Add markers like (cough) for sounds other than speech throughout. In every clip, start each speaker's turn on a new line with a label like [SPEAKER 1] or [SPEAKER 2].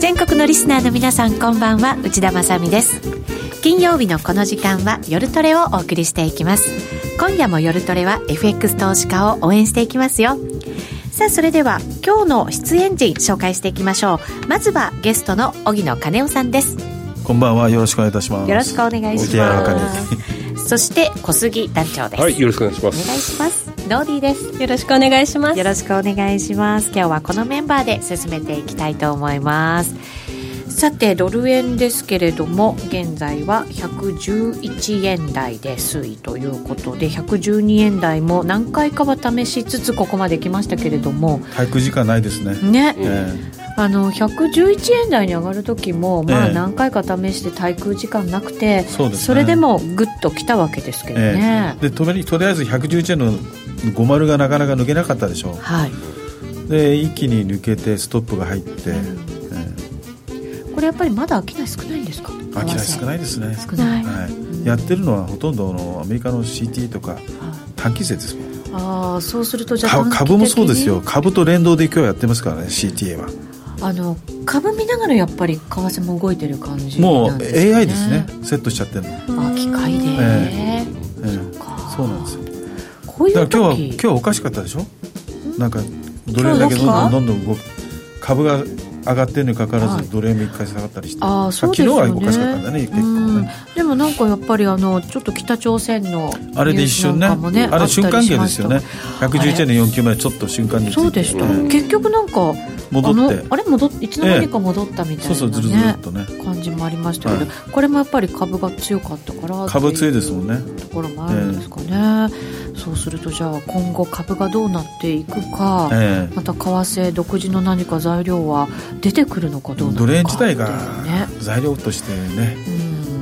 [SPEAKER 1] スナーの皆さんこんばんは内田まさみです金曜日のこの時間は夜トレをお送りしていきます今夜も夜トレは FX 投資家を応援していきますよさあそれでは今日の出演陣紹介していきましょうまずはゲストの荻野金夫さんです
[SPEAKER 2] こんばんは。よろしくお願いいたします。
[SPEAKER 1] よろしくお願いします
[SPEAKER 2] お手柔らかに。 (laughs)
[SPEAKER 1] そして小杉団長です、
[SPEAKER 3] はい、よろしくお願いしま
[SPEAKER 1] お
[SPEAKER 3] す。
[SPEAKER 1] 願いしますノーディーです
[SPEAKER 4] よろしくお願いします。
[SPEAKER 1] よろしくお願いします今日はこのメンバーで進めていきたいと思いますさてドル円ですけれども現在は111円台で推移ということで112円台も何回かは試しつつここまで来ましたけれども
[SPEAKER 2] 滞空時間ないですね。
[SPEAKER 1] ね、
[SPEAKER 2] え
[SPEAKER 1] あの111円台に上がる時も、まあ、
[SPEAKER 2] ええ
[SPEAKER 1] 何回か試して滞空時間なくて、
[SPEAKER 2] そうですね
[SPEAKER 1] れでもぐっと来たわけですけ
[SPEAKER 2] え
[SPEAKER 1] どね、
[SPEAKER 2] でとりとりあえず111円の5丸がなかなか抜けなかったでしょ
[SPEAKER 1] はい、
[SPEAKER 2] で一気に抜けてストップが入って、え
[SPEAKER 1] これやっぱりまだ商い少ないんですか
[SPEAKER 2] え商い少ないですね
[SPEAKER 1] 少ない、
[SPEAKER 2] はい、やってるのはほとんどあのアメリカの CT とか短期税ですもん
[SPEAKER 1] ああそうするとじゃあ短
[SPEAKER 2] 株
[SPEAKER 1] 期的
[SPEAKER 2] 株
[SPEAKER 1] に
[SPEAKER 2] もそうですよ株と連動で今日やってますからね CTA は
[SPEAKER 1] あの株見ながらやっぱり為替も動いてる感じ
[SPEAKER 2] もう
[SPEAKER 1] なんですかね
[SPEAKER 2] AI ですねセットしちゃってるの、え
[SPEAKER 1] あ機械で、
[SPEAKER 2] ええ
[SPEAKER 1] か
[SPEAKER 2] そうなんですよ
[SPEAKER 1] こうい
[SPEAKER 2] だ
[SPEAKER 1] う
[SPEAKER 2] から今日
[SPEAKER 1] 時
[SPEAKER 2] は今日はおかしかったでしょなんかドル円だけどんどんどんどん動く株が上がってるにかかわら
[SPEAKER 1] はい
[SPEAKER 2] ずドル円も一回下がったりして、
[SPEAKER 1] ああそうで
[SPEAKER 2] 昨
[SPEAKER 1] す
[SPEAKER 2] 日
[SPEAKER 1] よね
[SPEAKER 2] はおかしかったんだね結構ね
[SPEAKER 1] うんでもなんかやっぱりあのちょっと北朝鮮の
[SPEAKER 2] あれで一瞬
[SPEAKER 1] ニュ
[SPEAKER 2] ね
[SPEAKER 1] ースなんかもね
[SPEAKER 2] あれ瞬間
[SPEAKER 1] あったりし
[SPEAKER 2] 芸
[SPEAKER 1] ま
[SPEAKER 2] で
[SPEAKER 1] し
[SPEAKER 2] す
[SPEAKER 1] た
[SPEAKER 2] よね111円の49までちょっと瞬間について
[SPEAKER 1] そうでした、
[SPEAKER 2] ええ
[SPEAKER 1] 結局なんかあ
[SPEAKER 2] 戻
[SPEAKER 1] の
[SPEAKER 2] って
[SPEAKER 1] あれ戻っいつの間にか戻ったみたいな、ね
[SPEAKER 2] そうそうずるずるっとね
[SPEAKER 1] 感じもありましたけど、これもやっぱり株が強かったからってう
[SPEAKER 2] 株強いですもんね
[SPEAKER 1] ところもあるんですかね、そうするとじゃあ今後株がどうなっていくか、
[SPEAKER 2] ええ
[SPEAKER 1] また為替独自の何か材料は出てくるのかどうなのか
[SPEAKER 2] ドル円自体が
[SPEAKER 1] っていうね
[SPEAKER 2] 材料としてね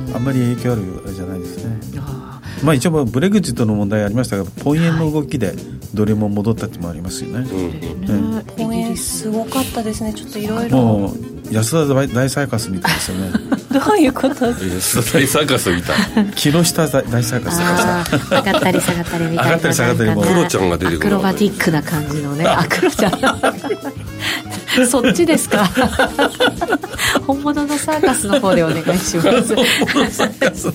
[SPEAKER 1] うん
[SPEAKER 2] あんまり影響あるあれじゃないですね
[SPEAKER 1] あ
[SPEAKER 2] まあ一応ブレグジットの問題ありましたがポン円の動きでドル円も戻ったってもありますよね、
[SPEAKER 1] ーですね
[SPEAKER 2] うん
[SPEAKER 4] 応
[SPEAKER 1] イギ
[SPEAKER 4] 援
[SPEAKER 1] リス
[SPEAKER 4] すごかったですね。ちょっといろいろ。
[SPEAKER 2] もう安田大サーカスみたいで
[SPEAKER 1] (laughs)
[SPEAKER 2] すよね
[SPEAKER 4] どういうこと。
[SPEAKER 3] 大サーカス見た。
[SPEAKER 2] 木下大大サーカスとかさ
[SPEAKER 1] あー上がったり下がったりみたいな
[SPEAKER 2] 上がったり下がったりも
[SPEAKER 1] なん
[SPEAKER 2] う
[SPEAKER 1] かね
[SPEAKER 3] クロちゃんが出てくる
[SPEAKER 1] アクロバティックな感じのねあクロちゃんそっちです
[SPEAKER 2] (laughs)
[SPEAKER 1] か本物のサーカスの方でお願いします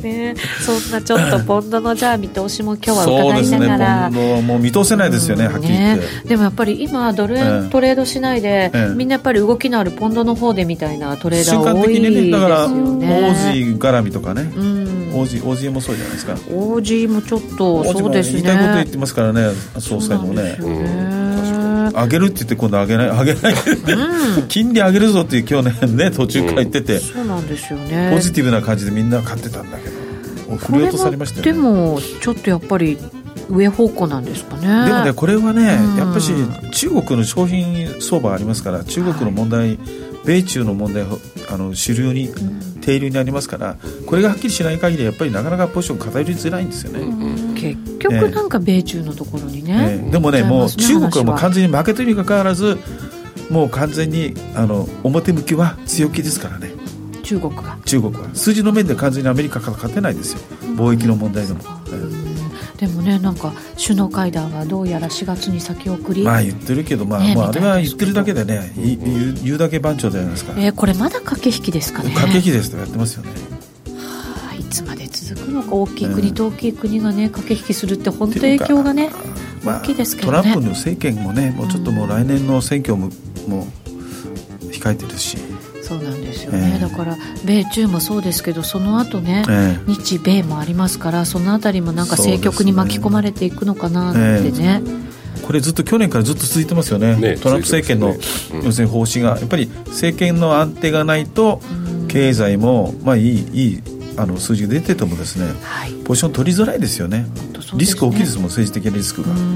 [SPEAKER 1] ねそんなちょっとポンドのじゃあ見通しも今日は
[SPEAKER 2] そう
[SPEAKER 1] 伺
[SPEAKER 2] で
[SPEAKER 1] い
[SPEAKER 2] すね
[SPEAKER 1] ながら、
[SPEAKER 2] 今後はもう見通せないですよね、
[SPEAKER 1] うん
[SPEAKER 2] はっきり言って、
[SPEAKER 1] でもやっぱり今ドル
[SPEAKER 2] ええ
[SPEAKER 1] 円トレードしないで、
[SPEAKER 2] ええ
[SPEAKER 1] みんなやっぱり動きのあるポンドの方でみたいなトレーダ
[SPEAKER 2] 瞬
[SPEAKER 1] ー
[SPEAKER 2] 間
[SPEAKER 1] 多
[SPEAKER 2] 的
[SPEAKER 1] いです
[SPEAKER 2] に
[SPEAKER 1] よね
[SPEAKER 2] ねだからオージー絡みとかね、
[SPEAKER 1] うん
[SPEAKER 2] オージーオージーもそうじゃないですか
[SPEAKER 1] OG もちょっ
[SPEAKER 2] オ
[SPEAKER 1] と
[SPEAKER 2] ージー
[SPEAKER 1] そ
[SPEAKER 2] も
[SPEAKER 1] うです
[SPEAKER 2] 言
[SPEAKER 1] ね
[SPEAKER 2] いたいこと言ってますからね総裁もね
[SPEAKER 1] そうなんですよね
[SPEAKER 2] 上げるって言って今度上げない上げない (laughs) 金利上げるぞっていう今日ねね途中から言ってて、
[SPEAKER 1] そうなんですよね
[SPEAKER 2] ポジティブな感じでみんな買ってたんだけど振り落とされましたよね
[SPEAKER 1] これもでもちょっとやっぱり上方向なんですかね
[SPEAKER 2] でもねこれはね、
[SPEAKER 1] うん
[SPEAKER 2] やっぱし中国の商品相場ありますから中国の問題、米中の問題ほあの主流に、定流にありますからこれがはっきりしない限りやっぱりなかなかポジション偏りづらいんですよね、
[SPEAKER 1] 結局なんか米中のところにね、
[SPEAKER 2] ええでもねもう中国はもう完
[SPEAKER 1] じ
[SPEAKER 2] 全に負けてるにかかわらずもう完全にあの表向きは強気ですからね
[SPEAKER 1] 中国が
[SPEAKER 2] 中国は数字の面で完全にアメリカから勝てないですよ貿易の問題でも、
[SPEAKER 1] でもねなんか首脳会談はどうやら4月に先送り、
[SPEAKER 2] まあ言ってるけど、まあ
[SPEAKER 1] ねえ
[SPEAKER 2] まあ、あれは
[SPEAKER 1] みたいで
[SPEAKER 2] 言
[SPEAKER 1] す
[SPEAKER 2] っ
[SPEAKER 1] け
[SPEAKER 2] て
[SPEAKER 1] ど
[SPEAKER 2] るだけでね、い言う言うだけ番長じゃないですか、
[SPEAKER 1] えーこれまだ駆け引きですかね
[SPEAKER 2] 駆け引きですとかやってますよね
[SPEAKER 1] あいつまで続くのか大きい国と大きい国がね駆け引きするって本当影響がね大きいですけどね
[SPEAKER 2] トランプの政権もねもうちょっともう来年の選挙ももう控えてるし、
[SPEAKER 1] そうなんですよね、
[SPEAKER 2] ええ
[SPEAKER 1] だから米中もそうですけどその後ね、
[SPEAKER 2] ええ
[SPEAKER 1] 日米もありますからそのあたりもなんか政局に巻き込まれていくのかなってね
[SPEAKER 2] これずっと去年からずっと続いてますよね
[SPEAKER 3] ね
[SPEAKER 2] トランプ政権の、
[SPEAKER 3] 続いてますねうん
[SPEAKER 2] 要するに方針がやっぱり政権の安定がないと経済も、まあ、いいいいあの数字が出ててもですね
[SPEAKER 1] はい
[SPEAKER 2] ポジション取りづらいですよね
[SPEAKER 1] 当そうですね
[SPEAKER 2] リスク大きいですもん政治的なリスクが、
[SPEAKER 1] うん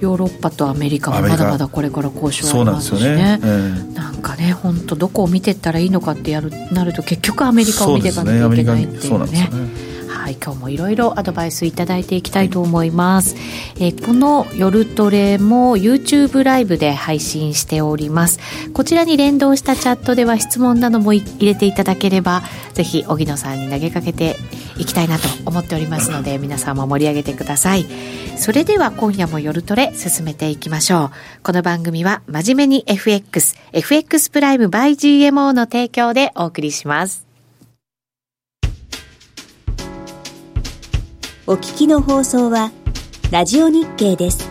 [SPEAKER 1] ヨーロッパとアメリカもまだまだこれから交渉
[SPEAKER 2] そ
[SPEAKER 1] あ
[SPEAKER 2] う
[SPEAKER 1] り
[SPEAKER 2] なん
[SPEAKER 1] ま
[SPEAKER 2] です
[SPEAKER 1] す
[SPEAKER 2] よ
[SPEAKER 1] し
[SPEAKER 2] ね
[SPEAKER 1] ね。
[SPEAKER 2] ええ
[SPEAKER 1] なんかね本当どこを見てったらいいのかってやるなると結局アメリカを見ていかなきゃいけないってい
[SPEAKER 2] そう
[SPEAKER 1] う
[SPEAKER 2] ですねアメリ
[SPEAKER 1] ね
[SPEAKER 2] カにそうなんで
[SPEAKER 1] はい今日もいろいろアドバイスいただいていきたいと思います、えーこの「夜トレ」も YouTube ライブで配信しておりますこちらに連動したチャットでは質問などもい入れていただければぜひ荻野さんに投げかけていきたいなと思っておりますので皆さんも盛り上げてくださいそれでは今夜も夜トレ進めていきましょうこの番組は真面目に FXFX プライム by GMO の提供でお送りします
[SPEAKER 3] お聞きの放送はラジオ日経です。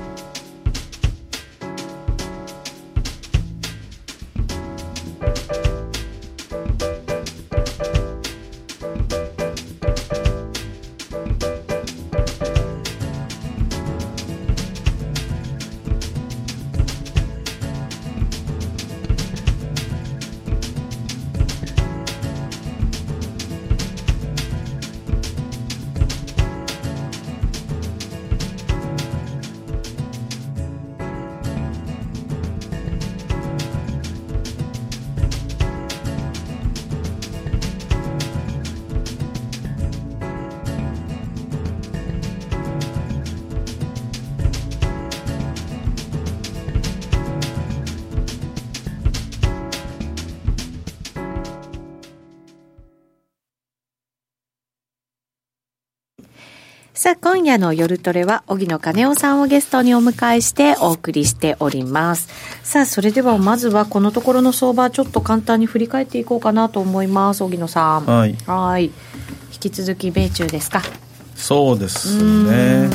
[SPEAKER 1] さあ、今夜の夜トレは、荻野金夫さんをゲストにお迎えしてお送りしております。さあ、それではまずはこのところの相場、ちょっと簡単に振り返っていこうかなと思います、荻野さん。
[SPEAKER 2] はい
[SPEAKER 1] はい引き続き米中ですか。
[SPEAKER 2] そうです
[SPEAKER 1] うん
[SPEAKER 2] ね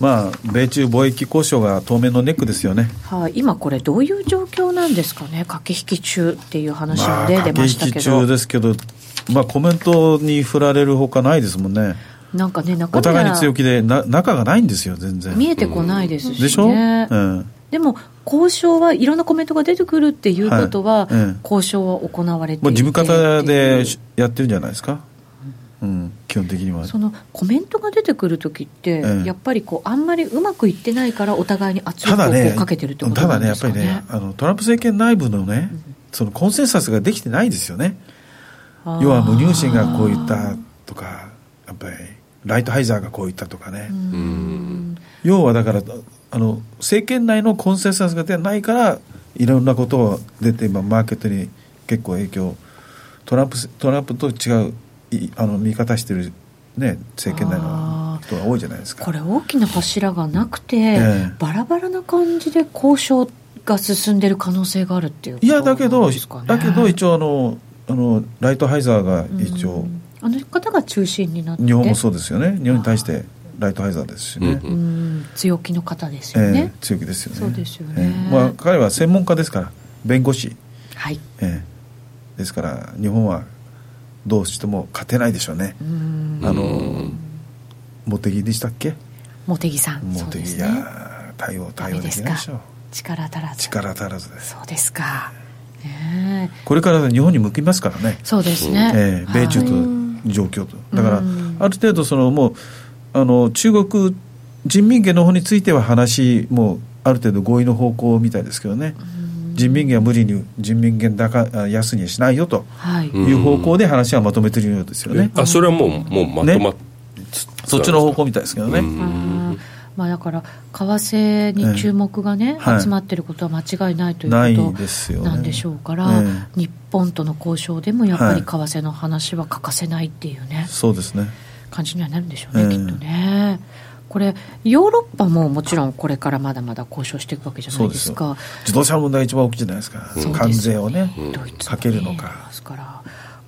[SPEAKER 2] まあ米中貿易交渉が当面のネックですよね
[SPEAKER 1] はい、今これどういう状況なんですかね、駆け引き中っていう話もね、出
[SPEAKER 2] 駆け
[SPEAKER 1] まし
[SPEAKER 2] 引
[SPEAKER 1] た
[SPEAKER 2] き
[SPEAKER 1] け
[SPEAKER 2] 中
[SPEAKER 1] ど。
[SPEAKER 2] ですけどまあコメントに振られるほかないですもんね
[SPEAKER 1] なんかね、なか
[SPEAKER 2] お
[SPEAKER 1] な
[SPEAKER 2] 互いに強
[SPEAKER 1] か
[SPEAKER 2] 気でな仲がないんですよ全然
[SPEAKER 1] 見えてこないですしね。
[SPEAKER 2] でしょ、うん
[SPEAKER 1] でも交渉はいろんなコメントが出てくるっていうことは、
[SPEAKER 2] はいうん
[SPEAKER 1] 交渉は行われていて
[SPEAKER 2] もう事務方
[SPEAKER 1] ってい
[SPEAKER 2] で
[SPEAKER 1] う
[SPEAKER 2] しやってるんじゃないですか、うん、基本的には
[SPEAKER 1] そのコメントが出てくるときって、
[SPEAKER 2] ええ
[SPEAKER 1] やっぱりこうあんまりうまくいってないからお互いに圧
[SPEAKER 2] た
[SPEAKER 1] 力を
[SPEAKER 2] だ
[SPEAKER 1] こ
[SPEAKER 2] ね
[SPEAKER 1] うかけてるってこと
[SPEAKER 2] た
[SPEAKER 1] な
[SPEAKER 2] だ
[SPEAKER 1] ん
[SPEAKER 2] ね
[SPEAKER 1] で
[SPEAKER 2] やっ
[SPEAKER 1] す
[SPEAKER 2] ぱ
[SPEAKER 1] か
[SPEAKER 2] り
[SPEAKER 1] ね。
[SPEAKER 2] ねあのトランプ政権内部のね、そのコンセンサスができてないですよね
[SPEAKER 1] あー
[SPEAKER 2] 要はムニューシンがこう言ったとかやっぱりライトハイザーがこう言ったとかね、
[SPEAKER 5] うん
[SPEAKER 2] 要はだからあの政権内のコンセンサスが出ないからいろんなことを出て今マーケットに結構影響トランプトランプと違ういあの見方してる、ね、政権内の人が多いじゃないですか
[SPEAKER 1] こ。れ大きな柱がなくて、
[SPEAKER 2] え
[SPEAKER 1] バラバラな感じで交渉が進んでる可能性があるっていうこと
[SPEAKER 2] いやだけ
[SPEAKER 1] な
[SPEAKER 2] ど、
[SPEAKER 1] んですかね
[SPEAKER 2] だけど一応あのあのライトハイザーが一応、
[SPEAKER 1] うんあの方が中心になって
[SPEAKER 2] 日本もそうですよね日本に対してライトハイザーですし
[SPEAKER 5] う
[SPEAKER 2] ね、
[SPEAKER 5] ん
[SPEAKER 1] うん強気の方です
[SPEAKER 2] え
[SPEAKER 1] よね。
[SPEAKER 2] え強気ですよね
[SPEAKER 1] そうですよね
[SPEAKER 2] ええまあ、彼は専門家ですから弁護士、
[SPEAKER 1] はい
[SPEAKER 2] ええですから日本はどうしても勝てないでしょうね
[SPEAKER 1] うん
[SPEAKER 2] あの茂木でしたっけ
[SPEAKER 1] 茂木さんそ
[SPEAKER 2] 茂
[SPEAKER 1] う
[SPEAKER 2] 木、
[SPEAKER 1] です
[SPEAKER 2] い
[SPEAKER 1] ね
[SPEAKER 2] やー対応
[SPEAKER 1] ダ
[SPEAKER 2] 対
[SPEAKER 1] メ
[SPEAKER 2] 応
[SPEAKER 1] で
[SPEAKER 2] でき
[SPEAKER 1] す
[SPEAKER 2] ない
[SPEAKER 1] か
[SPEAKER 2] でしょう
[SPEAKER 1] 力足らず
[SPEAKER 2] 力足らずです
[SPEAKER 1] そうですかねえ
[SPEAKER 2] これから日本に向きますからね
[SPEAKER 1] そうですね、
[SPEAKER 2] ええ米中と
[SPEAKER 1] はい
[SPEAKER 2] 状況と、だから、
[SPEAKER 1] うん
[SPEAKER 2] ある程度そのもうあの中国人民元の方については話もうある程度合意の方向みたいですけどね、人民元は無理に人民元高あ安にはしないよと
[SPEAKER 1] はい、
[SPEAKER 5] うん
[SPEAKER 2] いう方向で話はまとめてるようですよね、
[SPEAKER 5] あそれはもうもうまとまっ、つ
[SPEAKER 2] そっちの方向みたいですけどね、
[SPEAKER 5] うん
[SPEAKER 1] あーまあ、だから為替に注目がね、
[SPEAKER 2] えはい
[SPEAKER 1] 集まってることは間違いないと
[SPEAKER 2] ないい
[SPEAKER 1] こ
[SPEAKER 2] うです
[SPEAKER 1] と
[SPEAKER 2] よね
[SPEAKER 1] なんでしょうから、
[SPEAKER 2] え
[SPEAKER 1] 日本との交渉でもやっぱ
[SPEAKER 2] は
[SPEAKER 1] り
[SPEAKER 2] い
[SPEAKER 1] 為替の話は欠かせないっていうね、
[SPEAKER 2] そうですね
[SPEAKER 1] 感じにはなるんでしょうね、
[SPEAKER 2] ええ
[SPEAKER 1] きっとね。これヨーロッパももちろんこれからまだまだ交渉していくわけじゃないですか。
[SPEAKER 2] 自動車の問題一番大きいじゃないですか、
[SPEAKER 1] そうですよ
[SPEAKER 2] 関税をね、
[SPEAKER 1] ドイツ
[SPEAKER 2] かけるの
[SPEAKER 1] もね
[SPEAKER 2] か
[SPEAKER 1] ありますから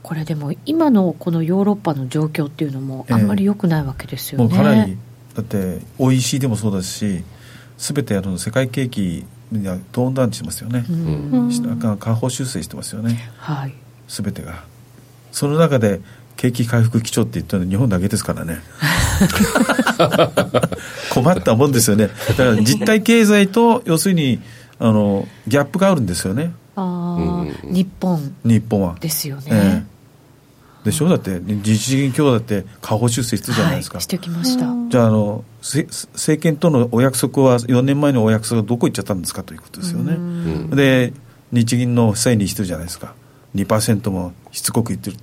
[SPEAKER 1] これでも今のこのヨーロッパの状況っていうのも
[SPEAKER 2] ええ
[SPEAKER 1] あんまり良くないわけですよ
[SPEAKER 2] もう
[SPEAKER 1] ね、
[SPEAKER 2] かなりだって OECD でもそうですし全てあの世界景気がトーンダウンしてますよね、
[SPEAKER 1] うん
[SPEAKER 4] うん
[SPEAKER 2] 下が下方修正してますよね
[SPEAKER 1] はい
[SPEAKER 2] 全てがその中で景気回復基調って言ったのは日本だけですか
[SPEAKER 1] (laughs)
[SPEAKER 2] らね困ったもんですよねだから実体経済と要するにあのギャップがあるんですよね
[SPEAKER 1] あー
[SPEAKER 5] うん
[SPEAKER 1] 日本
[SPEAKER 2] 日本は
[SPEAKER 1] ですよね、
[SPEAKER 2] ええでしょだって日銀今日だって下方修正してたじゃないですか、
[SPEAKER 1] はい、してきました、
[SPEAKER 2] じゃああのせ政権とのお約束は4年前のお約束はどこ行っちゃったんですかということですよね、
[SPEAKER 5] うん
[SPEAKER 2] で日銀のせいにしてるじゃないですか2%もしつこく言ってる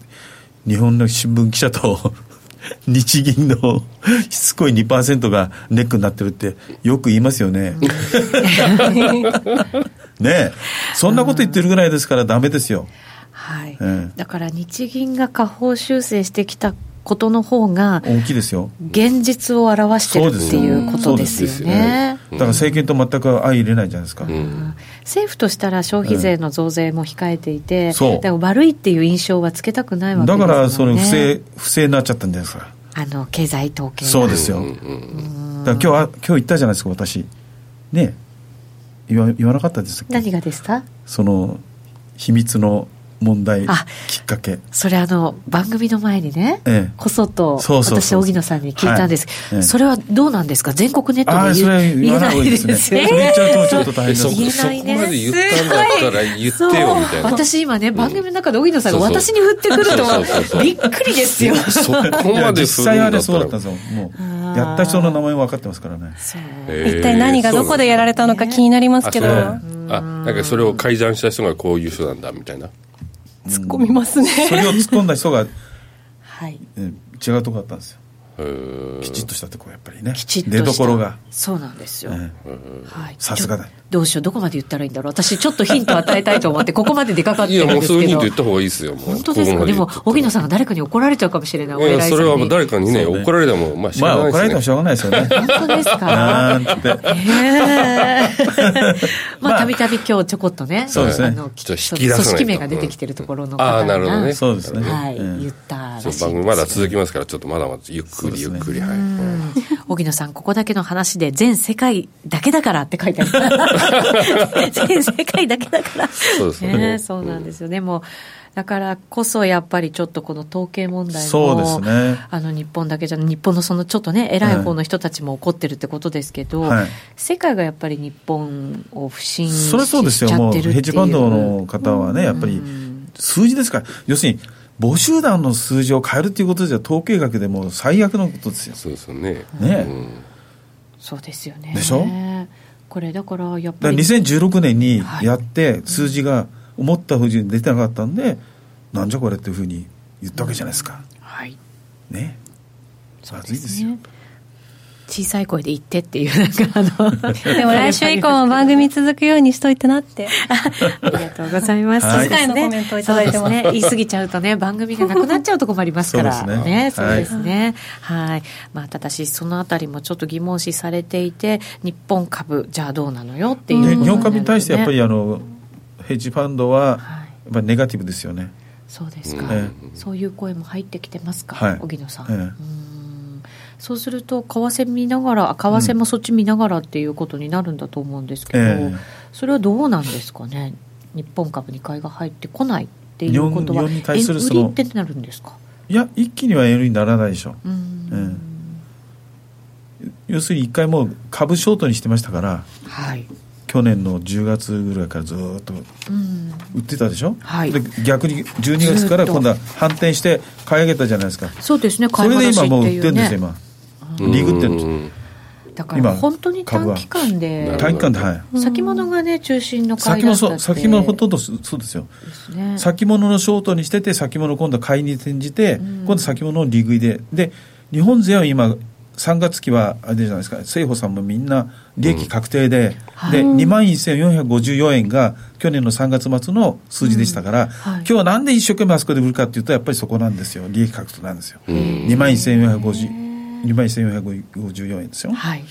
[SPEAKER 2] 日本の新聞記者と (laughs) 日銀のしつこい2%がネックになってるってよく言いますよね、ねえそんなこと言ってるぐらいですからダメですよ、
[SPEAKER 1] はい
[SPEAKER 2] ええ
[SPEAKER 1] だから日銀が下方修正してきたことの方が
[SPEAKER 2] 大きいですよ
[SPEAKER 1] 現実を表してるっていうことですよ
[SPEAKER 2] そうです
[SPEAKER 1] ね。
[SPEAKER 2] だから政権と全く相入れないじゃないですか、
[SPEAKER 5] うん
[SPEAKER 1] 政府としたら消費税の増税も控えていて、
[SPEAKER 2] そう
[SPEAKER 1] でも悪いっていう印象はつけたくないわけです
[SPEAKER 2] だ
[SPEAKER 1] も
[SPEAKER 2] か
[SPEAKER 1] んね
[SPEAKER 2] らその不正不正になっちゃったんじゃないですか
[SPEAKER 1] あの経済統計が
[SPEAKER 2] そうですよ、
[SPEAKER 5] うんうん
[SPEAKER 2] だから今日は今日言ったじゃないですか私ね言わ言わなかったですっけ
[SPEAKER 1] 何がですか
[SPEAKER 2] その秘密の問題
[SPEAKER 1] あ
[SPEAKER 2] きっかけ
[SPEAKER 1] それあの番組の前にね、
[SPEAKER 2] ええ
[SPEAKER 1] こそと
[SPEAKER 2] そうそうそう
[SPEAKER 1] 私
[SPEAKER 2] そう
[SPEAKER 1] 荻野さんに聞いたんです、
[SPEAKER 2] はいええ
[SPEAKER 1] それはどうなんですか全国ネット
[SPEAKER 2] ああ
[SPEAKER 1] で
[SPEAKER 2] そ
[SPEAKER 1] 言
[SPEAKER 2] れは
[SPEAKER 1] う
[SPEAKER 2] 言
[SPEAKER 1] 言え
[SPEAKER 2] わ
[SPEAKER 1] な
[SPEAKER 2] ない方が
[SPEAKER 1] い
[SPEAKER 2] いい
[SPEAKER 1] で
[SPEAKER 2] です
[SPEAKER 1] す
[SPEAKER 2] ね
[SPEAKER 1] ね
[SPEAKER 2] それ言っちゃうとちょっと大
[SPEAKER 5] え
[SPEAKER 2] 変だ
[SPEAKER 5] そ
[SPEAKER 2] と
[SPEAKER 1] 言え
[SPEAKER 5] そ
[SPEAKER 1] な
[SPEAKER 5] こ
[SPEAKER 1] いね
[SPEAKER 5] まで言ったんだったら言ってよみたいな
[SPEAKER 1] 私今ね番組の中で荻野さんが
[SPEAKER 5] そうそう
[SPEAKER 1] 私に振ってくるとは
[SPEAKER 5] そうそうそう
[SPEAKER 1] びっくりですよ
[SPEAKER 5] そこ
[SPEAKER 2] いや
[SPEAKER 5] まで
[SPEAKER 2] 実
[SPEAKER 5] 振る
[SPEAKER 2] 際は
[SPEAKER 5] ん
[SPEAKER 2] ね
[SPEAKER 5] だった
[SPEAKER 2] そうだ
[SPEAKER 5] ら
[SPEAKER 2] ったんですよも
[SPEAKER 1] あ
[SPEAKER 2] う
[SPEAKER 1] ー
[SPEAKER 2] やった人の名前も分かってますからね
[SPEAKER 5] えー
[SPEAKER 4] 一体何がどこでやられたのか気になりますけど、
[SPEAKER 5] そうなんだあそうあなんかそれを改ざんした人がこういう人なんだみたいな
[SPEAKER 4] 突っ込みますね。
[SPEAKER 2] それを突っ込んだ人が、
[SPEAKER 1] はい
[SPEAKER 2] うん違うとこだったんですよ
[SPEAKER 5] へー
[SPEAKER 2] きちっとしたとこやっぱりね
[SPEAKER 1] きちっと
[SPEAKER 2] 出
[SPEAKER 1] した
[SPEAKER 2] どころが、
[SPEAKER 1] そうなんですよ、
[SPEAKER 2] ええ
[SPEAKER 1] はい、
[SPEAKER 2] さすがだ
[SPEAKER 1] ちょどうしようどこまで言ったらいいんだろう私ちょっとヒント与えたいと思ってここまで出かかっ
[SPEAKER 5] い
[SPEAKER 1] てる
[SPEAKER 5] や
[SPEAKER 1] ん
[SPEAKER 5] も
[SPEAKER 1] で
[SPEAKER 5] う
[SPEAKER 1] す
[SPEAKER 5] そういう
[SPEAKER 1] け
[SPEAKER 5] ふうに
[SPEAKER 1] ど
[SPEAKER 5] 言った方がいいですよもう
[SPEAKER 1] 本当です
[SPEAKER 5] ここ
[SPEAKER 1] か
[SPEAKER 5] ま
[SPEAKER 1] でも
[SPEAKER 5] 言っ
[SPEAKER 1] 荻野さんが誰かに怒られちゃうかもしれないお
[SPEAKER 5] い
[SPEAKER 1] 偉い
[SPEAKER 5] や
[SPEAKER 1] さんに
[SPEAKER 5] それはもう誰かにね
[SPEAKER 2] そうね
[SPEAKER 5] 怒られてもまあし
[SPEAKER 2] ま
[SPEAKER 5] ょ
[SPEAKER 2] あ
[SPEAKER 5] うがな
[SPEAKER 2] 怒
[SPEAKER 5] い
[SPEAKER 2] られ
[SPEAKER 5] ですね
[SPEAKER 2] てもしょうがないですよね
[SPEAKER 1] 本当です
[SPEAKER 2] な
[SPEAKER 1] か
[SPEAKER 2] んて
[SPEAKER 1] (laughs) え
[SPEAKER 5] (laughs)
[SPEAKER 1] えま
[SPEAKER 2] ま
[SPEAKER 1] あ
[SPEAKER 2] あ
[SPEAKER 1] たびたび今日ちょこっとね
[SPEAKER 2] そうですね
[SPEAKER 1] あの
[SPEAKER 5] ちょっと引き
[SPEAKER 1] そう
[SPEAKER 5] 出
[SPEAKER 1] 組
[SPEAKER 5] さないと
[SPEAKER 1] 織名が出てきてるところの方が
[SPEAKER 5] ああなるほどね
[SPEAKER 2] そうですね
[SPEAKER 1] はい、
[SPEAKER 2] ええ
[SPEAKER 1] 言ったらしい
[SPEAKER 5] そ
[SPEAKER 1] んです
[SPEAKER 5] う番組まだ続きますからちょっとまだまだゆっくりゆっくりはいうん
[SPEAKER 1] 荻野さん、ここだけの話で、全世界だけだからって書いてある。
[SPEAKER 5] (laughs)
[SPEAKER 1] 全世界だけだから。
[SPEAKER 5] そうですね
[SPEAKER 1] えそうなんですよね。もう、だからこそやっぱりちょっとこの統計問題も、
[SPEAKER 2] そうですね
[SPEAKER 1] あの日本だけじゃなく、日本のそのちょっとね、偉い方の人たちも怒ってるってことですけど、
[SPEAKER 2] はい
[SPEAKER 1] 世界がやっぱり日本を不信し
[SPEAKER 2] それはそうですよ
[SPEAKER 1] ちゃ
[SPEAKER 2] も
[SPEAKER 1] っ
[SPEAKER 2] う
[SPEAKER 1] て
[SPEAKER 2] ヘ
[SPEAKER 1] るっていう
[SPEAKER 2] ッジファンドの方はねやっぱり数字ですから要するに母集団の数字を変えるということじゃ統計学でもう最悪のことですよ
[SPEAKER 5] そうですよね
[SPEAKER 2] ね
[SPEAKER 1] そうですよね。
[SPEAKER 2] でしょ
[SPEAKER 1] これだからやっぱ
[SPEAKER 2] だから
[SPEAKER 1] り。
[SPEAKER 2] 2016年にやって数字が思ったふうに出てなかったんでなんじゃこれっていうふうに言ったわけじゃないですか
[SPEAKER 1] はい。
[SPEAKER 2] ね
[SPEAKER 1] そう
[SPEAKER 2] まずいですよ
[SPEAKER 1] ね小さい声で言ってっていう、なん
[SPEAKER 2] (laughs)
[SPEAKER 1] かあの。
[SPEAKER 4] でも来週以降も番組続くようにしといてなって。
[SPEAKER 1] ありがとうございます。
[SPEAKER 2] は
[SPEAKER 1] そ
[SPEAKER 2] い
[SPEAKER 1] うですね
[SPEAKER 4] 次回のコメントをいただいても
[SPEAKER 1] そうですね。言い過ぎちゃうとね、番組がなくなっちゃうと困りますから。
[SPEAKER 2] そうですね
[SPEAKER 1] ね、そう
[SPEAKER 2] は
[SPEAKER 1] で
[SPEAKER 2] い
[SPEAKER 1] すね。はい。まあ、ただし、そのあたりもちょっと疑問視されていて、日本株、じゃあどうなのよっていうこと
[SPEAKER 2] で
[SPEAKER 1] なので。
[SPEAKER 2] 日本株に対してやっぱりあのヘッジファンドは
[SPEAKER 1] はい
[SPEAKER 2] やっぱりネガティブですよね
[SPEAKER 1] そうですか、
[SPEAKER 2] え
[SPEAKER 1] そういう声も入ってきてますか、
[SPEAKER 2] はい
[SPEAKER 1] 荻野さん,、
[SPEAKER 2] ええ
[SPEAKER 1] うーんそうすると為替見ながらあ為替もそっち見ながらっていうことになるんだと思うんですけど、
[SPEAKER 2] ええ
[SPEAKER 1] それはどうなんですかね日本株に買いが入ってこないっていうこと
[SPEAKER 2] 日
[SPEAKER 1] は
[SPEAKER 2] 本日本に対するその
[SPEAKER 1] 円売りってなるんですか
[SPEAKER 2] いや一気には円売りにならないでしょ
[SPEAKER 1] うーん、
[SPEAKER 2] 要するに一回もう株ショートにしてましたから
[SPEAKER 1] はい、
[SPEAKER 2] 去年の10月ぐらいからずーっと
[SPEAKER 1] うん、
[SPEAKER 2] 売ってたでしょ、
[SPEAKER 1] はい
[SPEAKER 2] で逆に12月から今度は反転して買い上げたじゃないですか
[SPEAKER 1] そうですね
[SPEAKER 2] そ
[SPEAKER 1] 買い
[SPEAKER 2] れで
[SPEAKER 1] 戻し
[SPEAKER 2] 今
[SPEAKER 1] って
[SPEAKER 2] もう売
[SPEAKER 1] い
[SPEAKER 2] っ
[SPEAKER 1] う
[SPEAKER 2] てんです
[SPEAKER 1] ね
[SPEAKER 2] よ今リグってるんです
[SPEAKER 5] うん
[SPEAKER 1] だから
[SPEAKER 2] 今
[SPEAKER 1] 本当に短期間
[SPEAKER 5] 株は
[SPEAKER 1] で
[SPEAKER 5] なる
[SPEAKER 2] 短期間ではい
[SPEAKER 1] 先物がね中心の買い
[SPEAKER 2] 先
[SPEAKER 1] だ
[SPEAKER 2] も
[SPEAKER 1] った
[SPEAKER 2] そ
[SPEAKER 1] っ
[SPEAKER 2] う
[SPEAKER 1] て
[SPEAKER 2] 先もほとんどそそうですよ
[SPEAKER 1] ですね
[SPEAKER 2] 先物のショートにしてて先物今度買いに転じて、今度先物の利食いでで日本勢は今3月期はあれじゃないですか政保さんもみんな利益確定で、で2万1454円が去年の3月末の数字でしたから、
[SPEAKER 1] はい
[SPEAKER 2] 今日はなんで一生懸命あそこで売るかっていうとやっぱりそこなんですよ利益確定なんですよ、
[SPEAKER 5] うん
[SPEAKER 2] 2万1450 2万1454円ですよ、
[SPEAKER 1] はい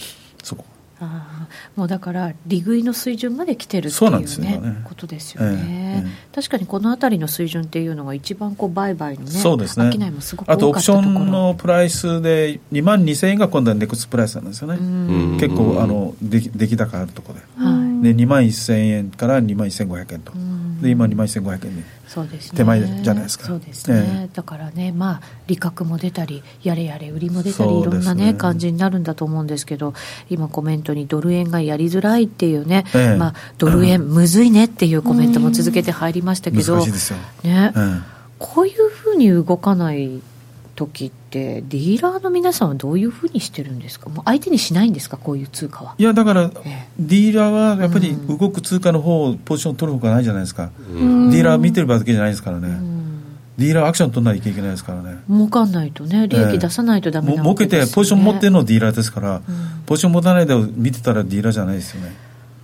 [SPEAKER 2] そこ
[SPEAKER 1] あーもうだから利食いの水準まで来てるってい
[SPEAKER 2] そう
[SPEAKER 1] う,、
[SPEAKER 2] な
[SPEAKER 1] ね
[SPEAKER 2] んですよね
[SPEAKER 1] ことですよね、
[SPEAKER 2] えええ
[SPEAKER 1] 確かにこの辺りの水準っていうのが一番こう売買のね
[SPEAKER 2] そうですね
[SPEAKER 1] 商いもすごく
[SPEAKER 2] あ
[SPEAKER 1] 多
[SPEAKER 2] とオ
[SPEAKER 1] か
[SPEAKER 2] プ
[SPEAKER 1] った
[SPEAKER 2] シ
[SPEAKER 1] とこ
[SPEAKER 2] ョ
[SPEAKER 1] ろ
[SPEAKER 2] ンのプライスで2万2000円が今度はネクストプライスなんですよね、
[SPEAKER 5] うん
[SPEAKER 2] 結構あの出来出来高あるところで
[SPEAKER 1] はい
[SPEAKER 2] で2万1000円から2万1500円とで今2万1500円に
[SPEAKER 1] そうですね
[SPEAKER 2] 手前じゃないですか
[SPEAKER 1] そうですね、
[SPEAKER 2] ええ
[SPEAKER 1] だからねまあ利確も出たりやれやれ売りも出たりい
[SPEAKER 2] そう
[SPEAKER 1] ろ
[SPEAKER 2] ですね
[SPEAKER 1] んなね感じになるんだと思うんですけど今コメントにドル円がやりづらいっていうね、
[SPEAKER 2] ええ
[SPEAKER 1] まあドル円むずいねっていうコメントも続けて入りましたけ
[SPEAKER 2] 難
[SPEAKER 1] ど、
[SPEAKER 2] しいですよ、
[SPEAKER 1] ね、
[SPEAKER 2] うん、
[SPEAKER 1] こういうふうに動かない時ってディーラーの皆さんはどういうふうにしてるんですかもう相手にしないんですかこういう通貨は。
[SPEAKER 2] いやだから
[SPEAKER 1] え
[SPEAKER 2] ディーラーはやっぱり動く通貨の方をポジション取るほかないじゃないですか、
[SPEAKER 5] うん
[SPEAKER 2] ディーラー見てる場だけじゃないですからね、
[SPEAKER 1] うん
[SPEAKER 2] ディーラーはアクション取らなきゃいけないですからね
[SPEAKER 1] 儲かんないとね利益出さないとダメ
[SPEAKER 2] も
[SPEAKER 1] な
[SPEAKER 2] 儲
[SPEAKER 1] わ
[SPEAKER 2] け
[SPEAKER 1] け
[SPEAKER 2] て
[SPEAKER 1] ですよね、
[SPEAKER 2] ポジション持ってのディーラーですから、
[SPEAKER 1] ん
[SPEAKER 2] ポジション持たないで見てたらディーラーじゃないですよね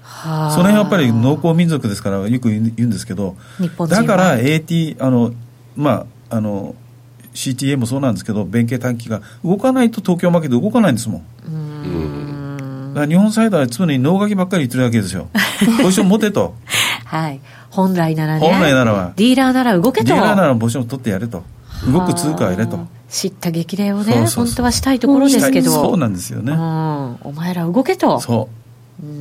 [SPEAKER 1] はあ
[SPEAKER 2] その辺やっぱり農耕民族ですからよく言う言うんですけど
[SPEAKER 1] 日本人は
[SPEAKER 2] だから AT あのまああの CTA もそうなんですけど、弁慶短期が動かないと東京マーケット動かないんですもん。だから日本サイダーは常に脳書きばっかり言ってるわけで
[SPEAKER 1] (laughs)
[SPEAKER 2] すよ。ポジション持てと。
[SPEAKER 1] はい。本来ならね。
[SPEAKER 2] 本来ならば
[SPEAKER 1] ディーラーなら動け
[SPEAKER 2] ディ
[SPEAKER 1] と。
[SPEAKER 2] ーラーならポジション取ってやれと。動く通貨やれと
[SPEAKER 1] あー。知った激励をね
[SPEAKER 2] そうそうそう
[SPEAKER 1] 本当はしたいところですけど
[SPEAKER 2] そうなんですよね。
[SPEAKER 1] うんお前ら動けと
[SPEAKER 2] そう
[SPEAKER 1] ー
[SPEAKER 2] う。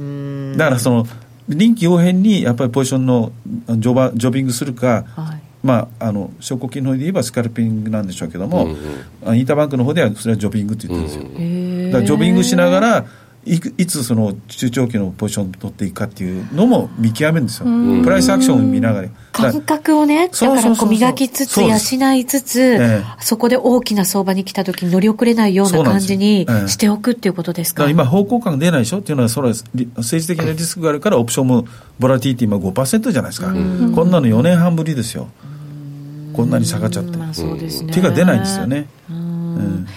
[SPEAKER 1] ん
[SPEAKER 2] だからその、臨機応変にやっぱりポジションのジョバジョビングするか、
[SPEAKER 1] はい
[SPEAKER 2] まあ、あの証拠金の方で言えばスカルピングなんでしょうけども、
[SPEAKER 5] うんうん
[SPEAKER 2] あインターバンクの方ではそれはジョビングって言ってるんですよ、
[SPEAKER 1] へー
[SPEAKER 2] だからジョビングしながらいくいつその中長期のポジションを取っていくかっていうのも見極めるんですよ、
[SPEAKER 4] うん
[SPEAKER 2] プライスアクションを見ながらだか
[SPEAKER 1] 感覚をね、だ
[SPEAKER 2] そう
[SPEAKER 1] から
[SPEAKER 2] そう
[SPEAKER 1] こ
[SPEAKER 2] そううそう
[SPEAKER 1] 磨きつつ、
[SPEAKER 2] そうです
[SPEAKER 1] 養いつつ、
[SPEAKER 2] え
[SPEAKER 1] そこで大きな相場に来た時に乗り遅れないよう
[SPEAKER 2] そ
[SPEAKER 1] な
[SPEAKER 2] うなん
[SPEAKER 1] 感
[SPEAKER 2] です
[SPEAKER 1] じ
[SPEAKER 2] よ
[SPEAKER 1] に
[SPEAKER 2] ええ
[SPEAKER 1] しておくっていうことです
[SPEAKER 2] だか
[SPEAKER 1] か。
[SPEAKER 2] ら今方向感出ないでしょっていうのはそれはリ政治的なリスクがあるからオプションもボラティリティ今5%じゃないですか、こんなの4年半ぶりですよこんなに下がっちゃって、
[SPEAKER 1] うんまあそうですね。
[SPEAKER 2] 手が出ないんですよね、
[SPEAKER 1] うん。
[SPEAKER 2] うん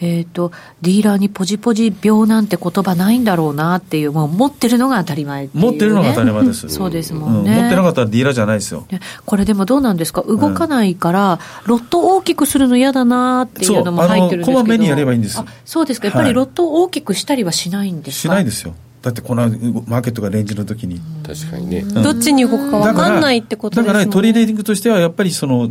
[SPEAKER 1] えっ、と、ディーラーにポジポジ病なんて言葉ないんだろうなっていう、もう持ってるのが当たり前っていうね、
[SPEAKER 2] 持ってるのが当たり前です
[SPEAKER 1] そうですも
[SPEAKER 2] うんん
[SPEAKER 1] ね。
[SPEAKER 2] 持ってなかったらディーラーじゃないですよ
[SPEAKER 1] ねこれでもどうなんですか動かないから、ロット大きくするの嫌だなっていうのも
[SPEAKER 2] そうあの
[SPEAKER 1] 入ってるんですけど
[SPEAKER 2] こまめにやればいいんです
[SPEAKER 1] あそうですかやっぱ
[SPEAKER 2] は
[SPEAKER 1] り
[SPEAKER 2] い
[SPEAKER 1] ロットを大きくしたりはしないんです
[SPEAKER 2] し
[SPEAKER 1] か
[SPEAKER 2] ないですよだってこのマーケットがレンジの時に
[SPEAKER 5] 確かにね。
[SPEAKER 4] どっちに動くか
[SPEAKER 2] だ
[SPEAKER 4] 分
[SPEAKER 2] ら
[SPEAKER 4] かんないってことです
[SPEAKER 2] だ
[SPEAKER 4] もん
[SPEAKER 2] か
[SPEAKER 4] ね。
[SPEAKER 2] らトリーディングとしてはやっぱりその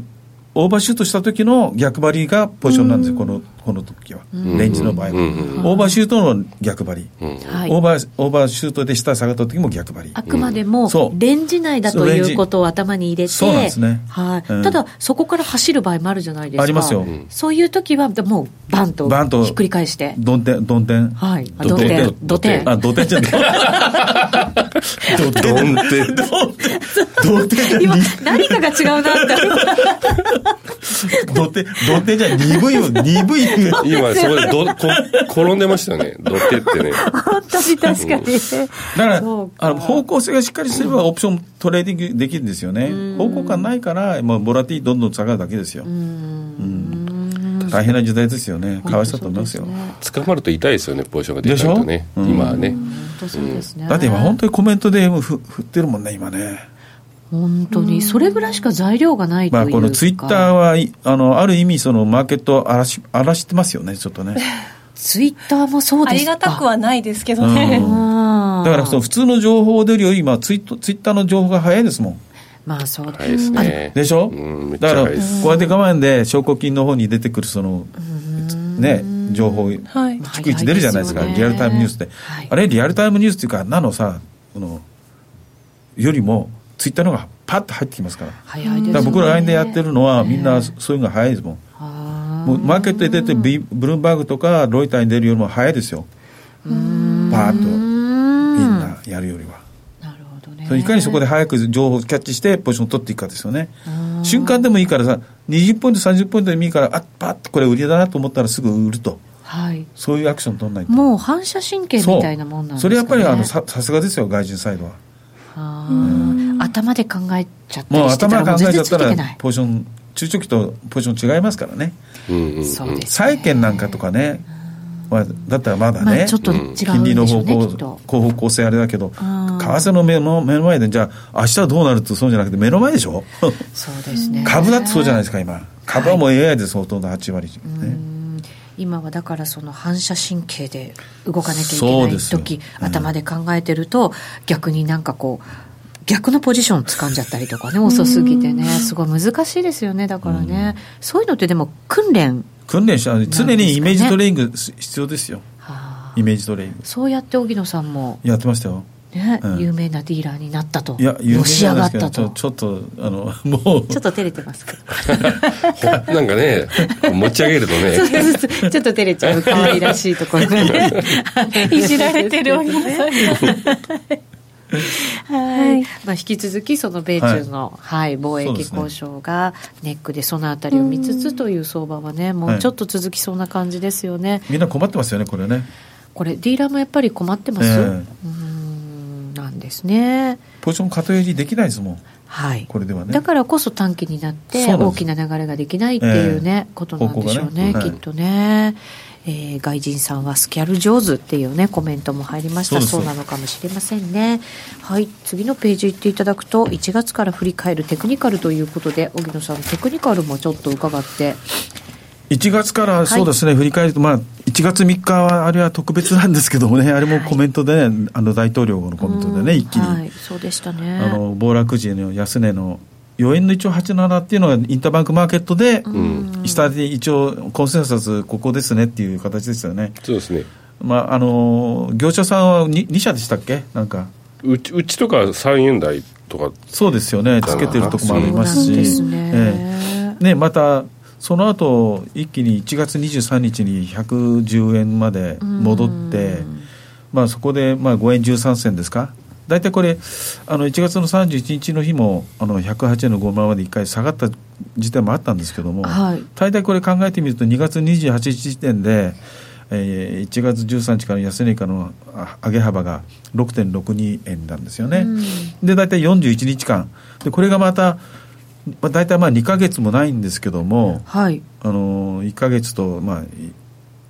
[SPEAKER 2] オーバーシュートした時の逆張りがポジションなんですよこのこの時はレンジの場合は
[SPEAKER 5] うんうん
[SPEAKER 2] オーバーシュートの逆張り
[SPEAKER 5] うん
[SPEAKER 1] はい
[SPEAKER 2] オーバーオーバーシュートで下下がった時も逆張り
[SPEAKER 1] あくまでも
[SPEAKER 2] そう
[SPEAKER 1] レンジ内だと
[SPEAKER 2] そうレン
[SPEAKER 1] い
[SPEAKER 2] ジ
[SPEAKER 1] うことを頭に入れて
[SPEAKER 2] そうなんですね
[SPEAKER 1] はい
[SPEAKER 2] うん
[SPEAKER 1] ただそこから走る場合もあるじゃないですか
[SPEAKER 2] ありますよ
[SPEAKER 1] そういう時はもうバンと
[SPEAKER 2] バンと
[SPEAKER 1] ひっくり返して
[SPEAKER 2] どんてんどんてん
[SPEAKER 1] はいあ
[SPEAKER 5] ど
[SPEAKER 1] 土
[SPEAKER 5] てん
[SPEAKER 1] 手土手
[SPEAKER 2] あどんてんじゃないどんてん
[SPEAKER 5] ドンって。
[SPEAKER 2] どんてんじゃ
[SPEAKER 1] 今
[SPEAKER 2] ない
[SPEAKER 1] 何かが違うなって
[SPEAKER 2] どんてんどんてんじゃない鈍いよ鈍いよ
[SPEAKER 5] 今、そこでど、こ、転んでましたね。ドテってね。
[SPEAKER 1] 本当に確かに
[SPEAKER 2] だから
[SPEAKER 1] そうか
[SPEAKER 2] あの方向性がしっかりすればオプショントレーディングできるんですよね方向感ないから、まあ、ボラティどんどん下がるだけですようん大変な時代ですよねかわいそうだと思いますよ
[SPEAKER 5] 捕まると痛いですよね、ポジションがでかいとね。
[SPEAKER 2] でしょうん
[SPEAKER 5] 今はね。
[SPEAKER 1] 本当そうですね
[SPEAKER 2] だって今本当にコメントでふ振ってるもんね今ね
[SPEAKER 1] 本当にそれぐらいしか材料がないという
[SPEAKER 2] まあ
[SPEAKER 1] か、
[SPEAKER 2] このツイッターはいあのある意味そのマーケットを荒らし荒らしてますよねちょっとね
[SPEAKER 1] ツイッターもそう
[SPEAKER 4] あ
[SPEAKER 1] で
[SPEAKER 4] り
[SPEAKER 1] すか
[SPEAKER 4] がたくはないですけど
[SPEAKER 2] う
[SPEAKER 4] ね。
[SPEAKER 2] ん
[SPEAKER 1] だ
[SPEAKER 2] だからその普通の情報出るより今ツイットツイッターの情報が早いですもん
[SPEAKER 1] まあそう
[SPEAKER 5] 早いですね。
[SPEAKER 2] でしょ、
[SPEAKER 5] うん、めっち
[SPEAKER 2] だ
[SPEAKER 5] ゃ
[SPEAKER 2] から
[SPEAKER 5] 早
[SPEAKER 2] こ
[SPEAKER 5] いうです。
[SPEAKER 2] やって我慢で証拠金の方に出てくるそのね情報
[SPEAKER 4] はい。
[SPEAKER 2] 逐一出るじゃないですか
[SPEAKER 1] 早いです
[SPEAKER 2] リ
[SPEAKER 1] よ
[SPEAKER 2] ア
[SPEAKER 1] ね
[SPEAKER 2] ルタイムニュースって、
[SPEAKER 1] はい
[SPEAKER 2] あれリアルタイムニュースっていうかあんなのさこのよりもツイッターの方がパッと入ってきますからだ
[SPEAKER 1] 早いです
[SPEAKER 2] から僕ら LINE でやって
[SPEAKER 1] る
[SPEAKER 2] るのはみんなそういうのが早いですもんもうマーケットで出てビブルームバーグとかロイターに出るよりも早いですよパーッとみんなやるよりは。
[SPEAKER 1] なるほどね
[SPEAKER 2] それいかにそこで早く情報をキャッチしてポジションを取っていくかですよね。瞬間でもいいからさ、20ポイント、30ポイントでもいいから、あパッとこれ売りだなと思ったらすぐ売ると。
[SPEAKER 1] はい
[SPEAKER 2] そういうアクション取らないと。
[SPEAKER 1] もう反射神経みたいなもんなんですか、ね、
[SPEAKER 2] そうそれやっぱりあのささすがですよ、外人サイドは。
[SPEAKER 1] あー頭で考えちゃった
[SPEAKER 2] もう
[SPEAKER 1] りしてた
[SPEAKER 2] 頭
[SPEAKER 1] ら
[SPEAKER 2] 考
[SPEAKER 1] もう全
[SPEAKER 2] えち
[SPEAKER 1] 然
[SPEAKER 2] ゃっ
[SPEAKER 1] つい
[SPEAKER 2] た
[SPEAKER 1] ていけ
[SPEAKER 2] ら
[SPEAKER 1] ない、
[SPEAKER 2] ポジション、中長期とポジション違いますからね。
[SPEAKER 5] うんうんうん。
[SPEAKER 1] そうですね
[SPEAKER 2] 債券なんかとかね、まあ、だったらまだね、
[SPEAKER 1] まあちょっと違うんでしょうね
[SPEAKER 2] 金利の方向
[SPEAKER 1] きっと
[SPEAKER 2] 後方向性あれだけど為
[SPEAKER 1] ん
[SPEAKER 2] 替の目の目の前でじゃあ明日はどうなるってそうじゃなくて目の前でしょ
[SPEAKER 1] そうですね
[SPEAKER 2] 株だってそうじゃないですか今株はもう AI で相当な8割、ね、
[SPEAKER 1] 今はだからその反射神経で動かなきゃい
[SPEAKER 2] そう
[SPEAKER 1] けない
[SPEAKER 2] ですよ
[SPEAKER 1] 時、頭で考えてると逆になんかこう逆のポジション掴んじゃったりとかね遅すぎてねすごい難しいですよねだからねそういうのってでも訓練
[SPEAKER 2] 訓練したのに
[SPEAKER 1] ですか
[SPEAKER 2] 常
[SPEAKER 1] ね
[SPEAKER 2] にイメージトレーニングす必要ですよイメージトレーニング
[SPEAKER 1] そうやって荻野さんも、
[SPEAKER 2] やってましたよ
[SPEAKER 1] ね
[SPEAKER 2] うん
[SPEAKER 1] 有名なディーラーになったと
[SPEAKER 2] いや有名
[SPEAKER 1] のし
[SPEAKER 2] じゃ
[SPEAKER 1] 上
[SPEAKER 2] な
[SPEAKER 1] がっ
[SPEAKER 2] いです
[SPEAKER 1] た
[SPEAKER 2] けど
[SPEAKER 1] と
[SPEAKER 2] ちょちょっとあの (laughs) もう
[SPEAKER 1] ちょっと照れてますか
[SPEAKER 5] ほなんかね、持ち上げると
[SPEAKER 1] そう
[SPEAKER 5] ね、
[SPEAKER 1] そうそうちょっと照れちゃう可愛らしいところ (laughs) がね
[SPEAKER 4] いじられてるわ
[SPEAKER 1] (laughs)
[SPEAKER 4] けですね。
[SPEAKER 1] は
[SPEAKER 4] はいい
[SPEAKER 1] まあ、引き続きその米中の、はい貿
[SPEAKER 2] そう
[SPEAKER 1] 易
[SPEAKER 2] ですね
[SPEAKER 1] 交渉がネックでそのあたりを見つつという相場はねもうちょっと続きそうな感じですよね、
[SPEAKER 2] みんな困ってますよねこれね
[SPEAKER 1] これディーラーもやっぱり困ってます、
[SPEAKER 2] ええ
[SPEAKER 1] うーんなんですね
[SPEAKER 2] ポジション偏りできないですもん
[SPEAKER 1] はい
[SPEAKER 2] これではね
[SPEAKER 1] だからこそ短期になって
[SPEAKER 2] そうなん
[SPEAKER 1] 大
[SPEAKER 2] で
[SPEAKER 1] き
[SPEAKER 2] す
[SPEAKER 1] な流れができないっていうね、
[SPEAKER 2] ええ
[SPEAKER 1] ことなんでしょうね
[SPEAKER 2] 方向が
[SPEAKER 1] き
[SPEAKER 2] ね
[SPEAKER 1] っとね、えー外人さんはスキャル上手っていうねコメントも入りました
[SPEAKER 2] そうです
[SPEAKER 1] そうなのかもしれませんねはい次のページ行っていただくと1月から振り返るテクニカルということで荻野さんテクニカルもちょっと伺って
[SPEAKER 2] 1月からそうですね、振り返ると、まあ、1月3日は、あれは特別なんですけどもね、あれもコメントでね、あの大統領のコメントでね、一気に、
[SPEAKER 1] はい、そうでしたね。
[SPEAKER 2] あの暴落時の安値の4円の一応87っていうのは、インターバンクマーケットで、下で一応、コンセンサス、ここですねっていう形ですよね。
[SPEAKER 5] そうですね
[SPEAKER 2] まあ、あの業者さんは 2, 2社でしたっけ、なんか、
[SPEAKER 5] うちうちとか3円台とか
[SPEAKER 2] そうですよね、つけてるとこもありますし、
[SPEAKER 1] そうなんですね
[SPEAKER 2] ええねまた、その後一気に1月23日に110円まで戻って、まあ、そこでまあ5円13銭ですか、大体これ、あの1月の31日の日も、あの108円の5万まで1回下がった時点もあったんですけども、
[SPEAKER 1] はい
[SPEAKER 2] 大体これ考えてみると、2月28日時点で、えー1月13日からの安値以下のあ上げ幅が6.62円なんですよね。で、大体41日間。で、これがまた、まあ、大体まあ2ヶ月もないんですけども、
[SPEAKER 1] はい。
[SPEAKER 2] あのー、1ヶ月と、まあ、い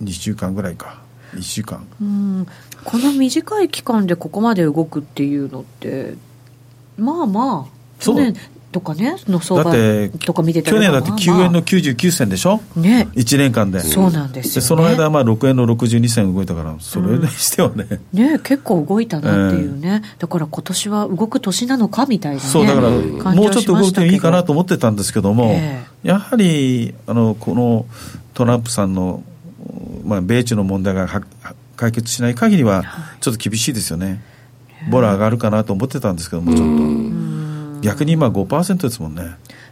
[SPEAKER 2] 2週間ぐらいか。1週間。
[SPEAKER 1] うん、この短い期間でここまで動くっていうのって、まあまあ、
[SPEAKER 2] そ
[SPEAKER 1] 去
[SPEAKER 2] う
[SPEAKER 1] 年とかね、の相場
[SPEAKER 2] だって、
[SPEAKER 1] とか見てた
[SPEAKER 2] 去
[SPEAKER 1] ら
[SPEAKER 2] 年
[SPEAKER 1] ま
[SPEAKER 2] だ
[SPEAKER 1] あ
[SPEAKER 2] って
[SPEAKER 1] まあ
[SPEAKER 2] 9円の99銭でしょ
[SPEAKER 1] ね、
[SPEAKER 2] 1年間で。
[SPEAKER 1] そうなんですよね
[SPEAKER 2] その間、まあ、6円の62銭動いたから、それにしてはね。
[SPEAKER 1] ね、結構動いたなっていうね、だから今年は動く年なのかみたいな、ね、
[SPEAKER 2] そうだから、
[SPEAKER 1] 感じ
[SPEAKER 2] もう
[SPEAKER 1] は
[SPEAKER 2] ちょっ
[SPEAKER 1] し
[SPEAKER 2] と
[SPEAKER 1] ま
[SPEAKER 2] 動
[SPEAKER 1] し
[SPEAKER 2] いて
[SPEAKER 1] たけ
[SPEAKER 2] も
[SPEAKER 1] ど
[SPEAKER 2] いいかなと思ってたんですけども、
[SPEAKER 1] え
[SPEAKER 2] やはりあのこのトランプさんの、まあ、米中の問題がはは解決しない限りは、ちょっと厳しいですよね、ボラ上がるかなと思ってたんですけども、ちょっと逆に今、5%ですもんね。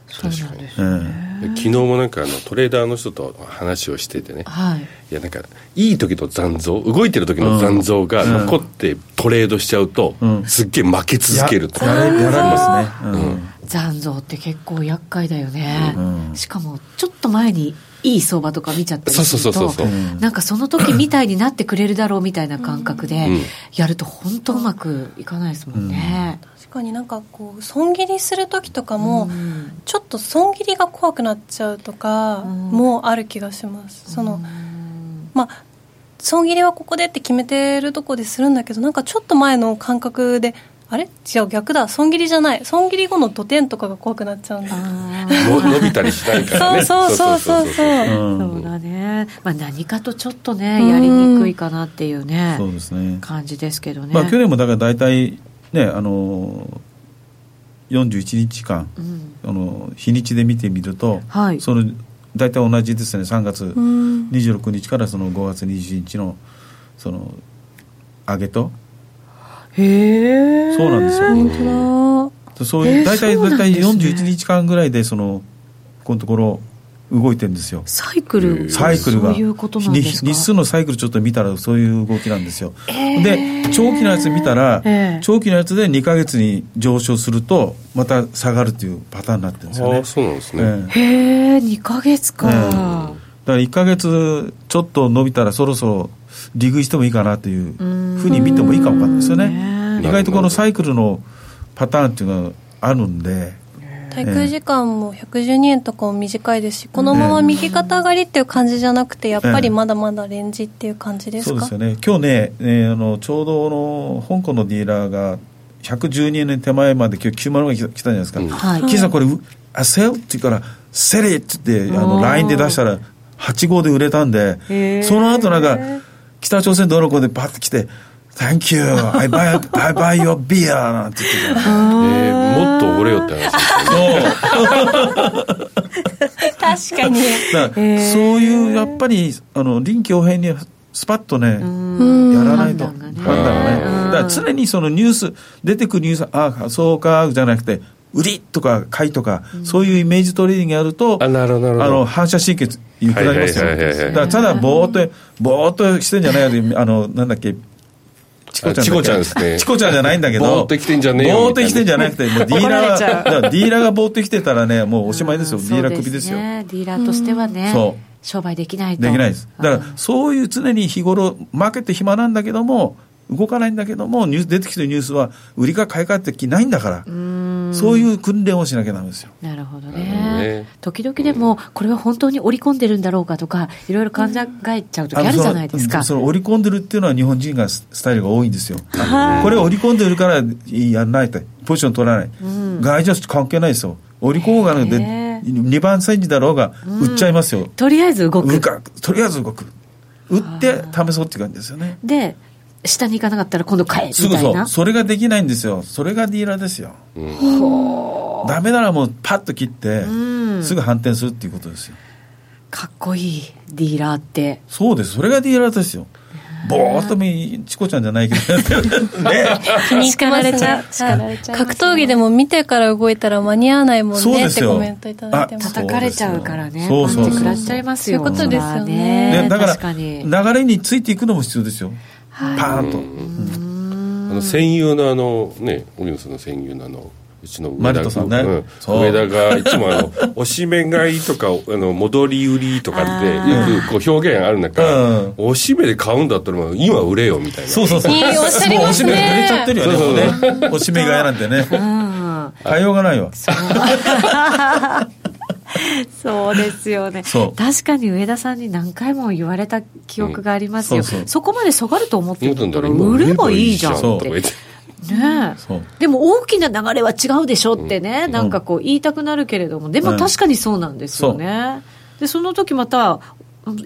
[SPEAKER 1] そうなんです
[SPEAKER 2] ええ
[SPEAKER 5] 昨日もなんかあのトレーダーの人と話をしててね
[SPEAKER 1] はい
[SPEAKER 5] いやなんかいい時の残像動いてる時の残像が
[SPEAKER 2] うん
[SPEAKER 5] 残ってトレードしちゃうと、
[SPEAKER 2] うん
[SPEAKER 5] すっげえ負け続けるって
[SPEAKER 2] ややれやられますね、うん
[SPEAKER 1] 残像って結構厄介だよね、
[SPEAKER 2] うん
[SPEAKER 1] しかもちょっと前にいい相場とか見ちゃったりす
[SPEAKER 5] そう
[SPEAKER 1] る
[SPEAKER 5] そうそう
[SPEAKER 1] と
[SPEAKER 5] そう
[SPEAKER 2] うん
[SPEAKER 1] なんかその時みたいになってくれるだろうみたいな感覚で
[SPEAKER 5] うん
[SPEAKER 1] やると本当うまくいかないですもんね、
[SPEAKER 4] 確かになんかこう損切りする時とか
[SPEAKER 1] も
[SPEAKER 4] も、
[SPEAKER 1] う
[SPEAKER 4] ちょっと損切りが怖くなっちゃうとか
[SPEAKER 1] うん
[SPEAKER 4] もある気がします、そのまあ損切りはここでって決めてるとこでするんだけどなんかちょっと前の感覚であれ違う逆だ損切りじゃない損切り後の土点とかが怖くなっちゃ (laughs) うんで
[SPEAKER 1] あ
[SPEAKER 5] の伸びたりしないからね
[SPEAKER 4] そうそうそうそうそう
[SPEAKER 1] ー
[SPEAKER 2] うん
[SPEAKER 1] そうだね、まあ、何かとちょっとねやりにくいかなっていうね、
[SPEAKER 2] そうですね
[SPEAKER 1] 感じですけどね、
[SPEAKER 2] まあ、去年もだから大体ね、あの41日間、
[SPEAKER 1] うん
[SPEAKER 2] あの日にちで見てみると、
[SPEAKER 1] はい
[SPEAKER 2] その大体同じですね3月
[SPEAKER 4] うん
[SPEAKER 2] 26日からその5月21日のその上げと
[SPEAKER 1] へえ
[SPEAKER 2] そうなんですよ
[SPEAKER 1] 本
[SPEAKER 2] そう
[SPEAKER 1] え
[SPEAKER 2] い
[SPEAKER 1] ー
[SPEAKER 2] う大体
[SPEAKER 1] そうな
[SPEAKER 2] 大
[SPEAKER 1] んです
[SPEAKER 2] 体
[SPEAKER 1] ね
[SPEAKER 2] 41日間ぐらいでそのここのところ動いてるんですよ
[SPEAKER 1] 当サイクル
[SPEAKER 2] サイクルが
[SPEAKER 1] そういうことなんですか
[SPEAKER 2] 日日数のサイクルちょっと見たらそういう動きなんですよ、
[SPEAKER 1] えー
[SPEAKER 2] で長期のやつ見たら、
[SPEAKER 1] ええ
[SPEAKER 2] 長期のやつで2か月に上昇するとまた下がるというパターンになってるんですよ
[SPEAKER 5] あ
[SPEAKER 2] ね
[SPEAKER 5] あそうなんですね、
[SPEAKER 2] ええ
[SPEAKER 1] へえ2ヶ月か、
[SPEAKER 2] うんだから1か月ちょっと伸びたらそろそろ利食いしてもいいかなというふうに見てもいいかもわかんないですよ
[SPEAKER 1] う
[SPEAKER 2] ね
[SPEAKER 5] ん
[SPEAKER 2] 意外とこのサイクルのパターンっていうのはあるんで
[SPEAKER 4] 滞空時間も112円とかも短いですしこのまま右肩上がりっていう感じじゃなくてやっぱりまだまだレンジっていう感じです
[SPEAKER 2] そうで
[SPEAKER 4] か
[SPEAKER 2] すよね今日ねねあのちょうどあの香港のディーラーが112円手前まで今日9万円来た来たじゃないですか、
[SPEAKER 5] うん
[SPEAKER 1] はい
[SPEAKER 2] 今朝これ「あセル」って言うから「セレ」って言ってあ
[SPEAKER 1] お
[SPEAKER 2] の
[SPEAKER 1] ー
[SPEAKER 2] LINE で出したら8号で売れたん
[SPEAKER 1] へー
[SPEAKER 2] でその後なんか北朝鮮どうの子でパッと来て「Thank you I buy, I buy your beer」なんて言って
[SPEAKER 5] えーもっとおれよって話ですよね
[SPEAKER 2] たそ
[SPEAKER 1] (laughs)
[SPEAKER 2] う
[SPEAKER 4] 確かに
[SPEAKER 2] だからそういうやっぱりあの臨機応変にスパッとねやらないと
[SPEAKER 1] 判断がね
[SPEAKER 2] 判断がね
[SPEAKER 1] うん
[SPEAKER 2] だから常にそのニュース出てくるニュースああそうかじゃなくて売りとか買いとか、そういうイメージトレーニングやると
[SPEAKER 5] あなるほどなるほど
[SPEAKER 2] あの反射神経良くなりますよ
[SPEAKER 5] はいはいはいはい
[SPEAKER 2] だ
[SPEAKER 5] はい
[SPEAKER 2] からただぼーっとぼーっとしてんじゃないよあのなんだっけチ
[SPEAKER 5] あチコちゃんですね
[SPEAKER 2] チコちゃんじゃないんだけど。
[SPEAKER 5] ぼーっと生きてんじゃねえよ
[SPEAKER 2] ぼーっと生きてんじゃなくて、もうディー
[SPEAKER 1] 怒ら
[SPEAKER 2] ラ
[SPEAKER 1] れ
[SPEAKER 2] ー
[SPEAKER 1] ちゃう
[SPEAKER 2] が、だからディーラーがぼーっと生きてたらね、もうおしまいですよ。
[SPEAKER 1] う
[SPEAKER 2] デ
[SPEAKER 1] ん
[SPEAKER 2] ィーラー首です
[SPEAKER 1] そう
[SPEAKER 2] よ。
[SPEAKER 1] ねディーラーとしてはね、
[SPEAKER 2] そう
[SPEAKER 1] 商売できないと
[SPEAKER 2] できないです。だから、そういう常に日頃、マーケット暇なんだけども、動かないんだけども、ニュース出てきてるニュースは、売りか買いかってきないんだから、そういう訓練をしなきゃダメですよ。
[SPEAKER 1] なるほど
[SPEAKER 5] なるほど
[SPEAKER 1] ね
[SPEAKER 5] ね
[SPEAKER 1] 時々でもこれは本当に織り込んでるんだろうかとかいろいろ考えちゃう時あるじゃないです
[SPEAKER 2] あ
[SPEAKER 1] か
[SPEAKER 2] のそのその織り込んでるっていうのは日本人がススタイルが多いんですよ。これ織り込んでるからやらないと。ポジション取らない。外人は関係ないですよ。織り込むがな
[SPEAKER 1] へ
[SPEAKER 2] く
[SPEAKER 1] ー
[SPEAKER 2] て、
[SPEAKER 1] ね
[SPEAKER 2] 2番煎じだろうが売っちゃいますよ、
[SPEAKER 1] とりあえず動
[SPEAKER 2] 動
[SPEAKER 1] く
[SPEAKER 2] かとりあえず動く売って試そうって感じですよね
[SPEAKER 1] で下に行かなかったら今度買えみ
[SPEAKER 2] すぐ
[SPEAKER 1] たい
[SPEAKER 2] そ
[SPEAKER 1] な
[SPEAKER 2] うそれができないんですよそれがディーラーですよ、ダメならもうパッと切って、
[SPEAKER 1] うん
[SPEAKER 2] すぐ反転するっていうことですよ
[SPEAKER 1] かっこいいディーラーって
[SPEAKER 2] そうですそれがディーラーですよぼーっとみチコちゃんじゃないけ
[SPEAKER 1] (laughs)
[SPEAKER 2] どね
[SPEAKER 4] 気に入って
[SPEAKER 1] 叱ら
[SPEAKER 4] ますね
[SPEAKER 1] れちゃう叱られちゃいますね
[SPEAKER 4] 格闘技でも見てから動いたら間に合わないもん
[SPEAKER 2] そう
[SPEAKER 4] ね
[SPEAKER 2] で
[SPEAKER 4] っ
[SPEAKER 2] す
[SPEAKER 4] て
[SPEAKER 2] よ
[SPEAKER 4] コメントいただいてます
[SPEAKER 2] あ
[SPEAKER 1] 叩かれちゃうからね
[SPEAKER 2] そうそうそう
[SPEAKER 1] パンチ食らっちゃいますよ
[SPEAKER 4] そういうことです
[SPEAKER 1] それは
[SPEAKER 4] よね
[SPEAKER 1] ね
[SPEAKER 2] ね、だ
[SPEAKER 1] 確
[SPEAKER 2] か
[SPEAKER 1] かに
[SPEAKER 2] ら流れについていくのも必要ですよ、パーンと、
[SPEAKER 5] あの戦友のあのね荻野さんの戦友のあのうちの上
[SPEAKER 2] マリ
[SPEAKER 5] 田
[SPEAKER 2] トさん
[SPEAKER 5] 君、
[SPEAKER 2] ね
[SPEAKER 5] うん
[SPEAKER 2] そう
[SPEAKER 5] 上田がいつ
[SPEAKER 2] (laughs)
[SPEAKER 5] もあの押し目買いとかあの戻り売りとかでよ
[SPEAKER 1] あー
[SPEAKER 5] くこう表現ある中、
[SPEAKER 2] うん
[SPEAKER 5] 押し目で買うんだったらもう今売れよみたいな
[SPEAKER 2] そうそうそう
[SPEAKER 4] いいおっしゃり
[SPEAKER 2] もうお
[SPEAKER 4] ます
[SPEAKER 2] し
[SPEAKER 4] ね
[SPEAKER 2] めが濡れちゃってるよねもうねおしめが嫌なんてね
[SPEAKER 1] うん
[SPEAKER 2] 変えようがないわ
[SPEAKER 1] そうそうですよね
[SPEAKER 2] そう
[SPEAKER 1] 確かに上田さんに何回も言われた記憶がありますよ、
[SPEAKER 2] うん
[SPEAKER 1] そ
[SPEAKER 2] そうそう
[SPEAKER 1] こまで下がると思って
[SPEAKER 5] 思った
[SPEAKER 1] た
[SPEAKER 5] んだ
[SPEAKER 1] ら
[SPEAKER 5] ら今
[SPEAKER 1] 売ればいいじゃんって
[SPEAKER 5] とか言って
[SPEAKER 1] ねえ
[SPEAKER 2] そう
[SPEAKER 1] でも大きな流れは違うでしょってね、なんかこう言いたくなるけれども、でも
[SPEAKER 2] うん
[SPEAKER 1] 確かにそうなんですよね。で、その時また、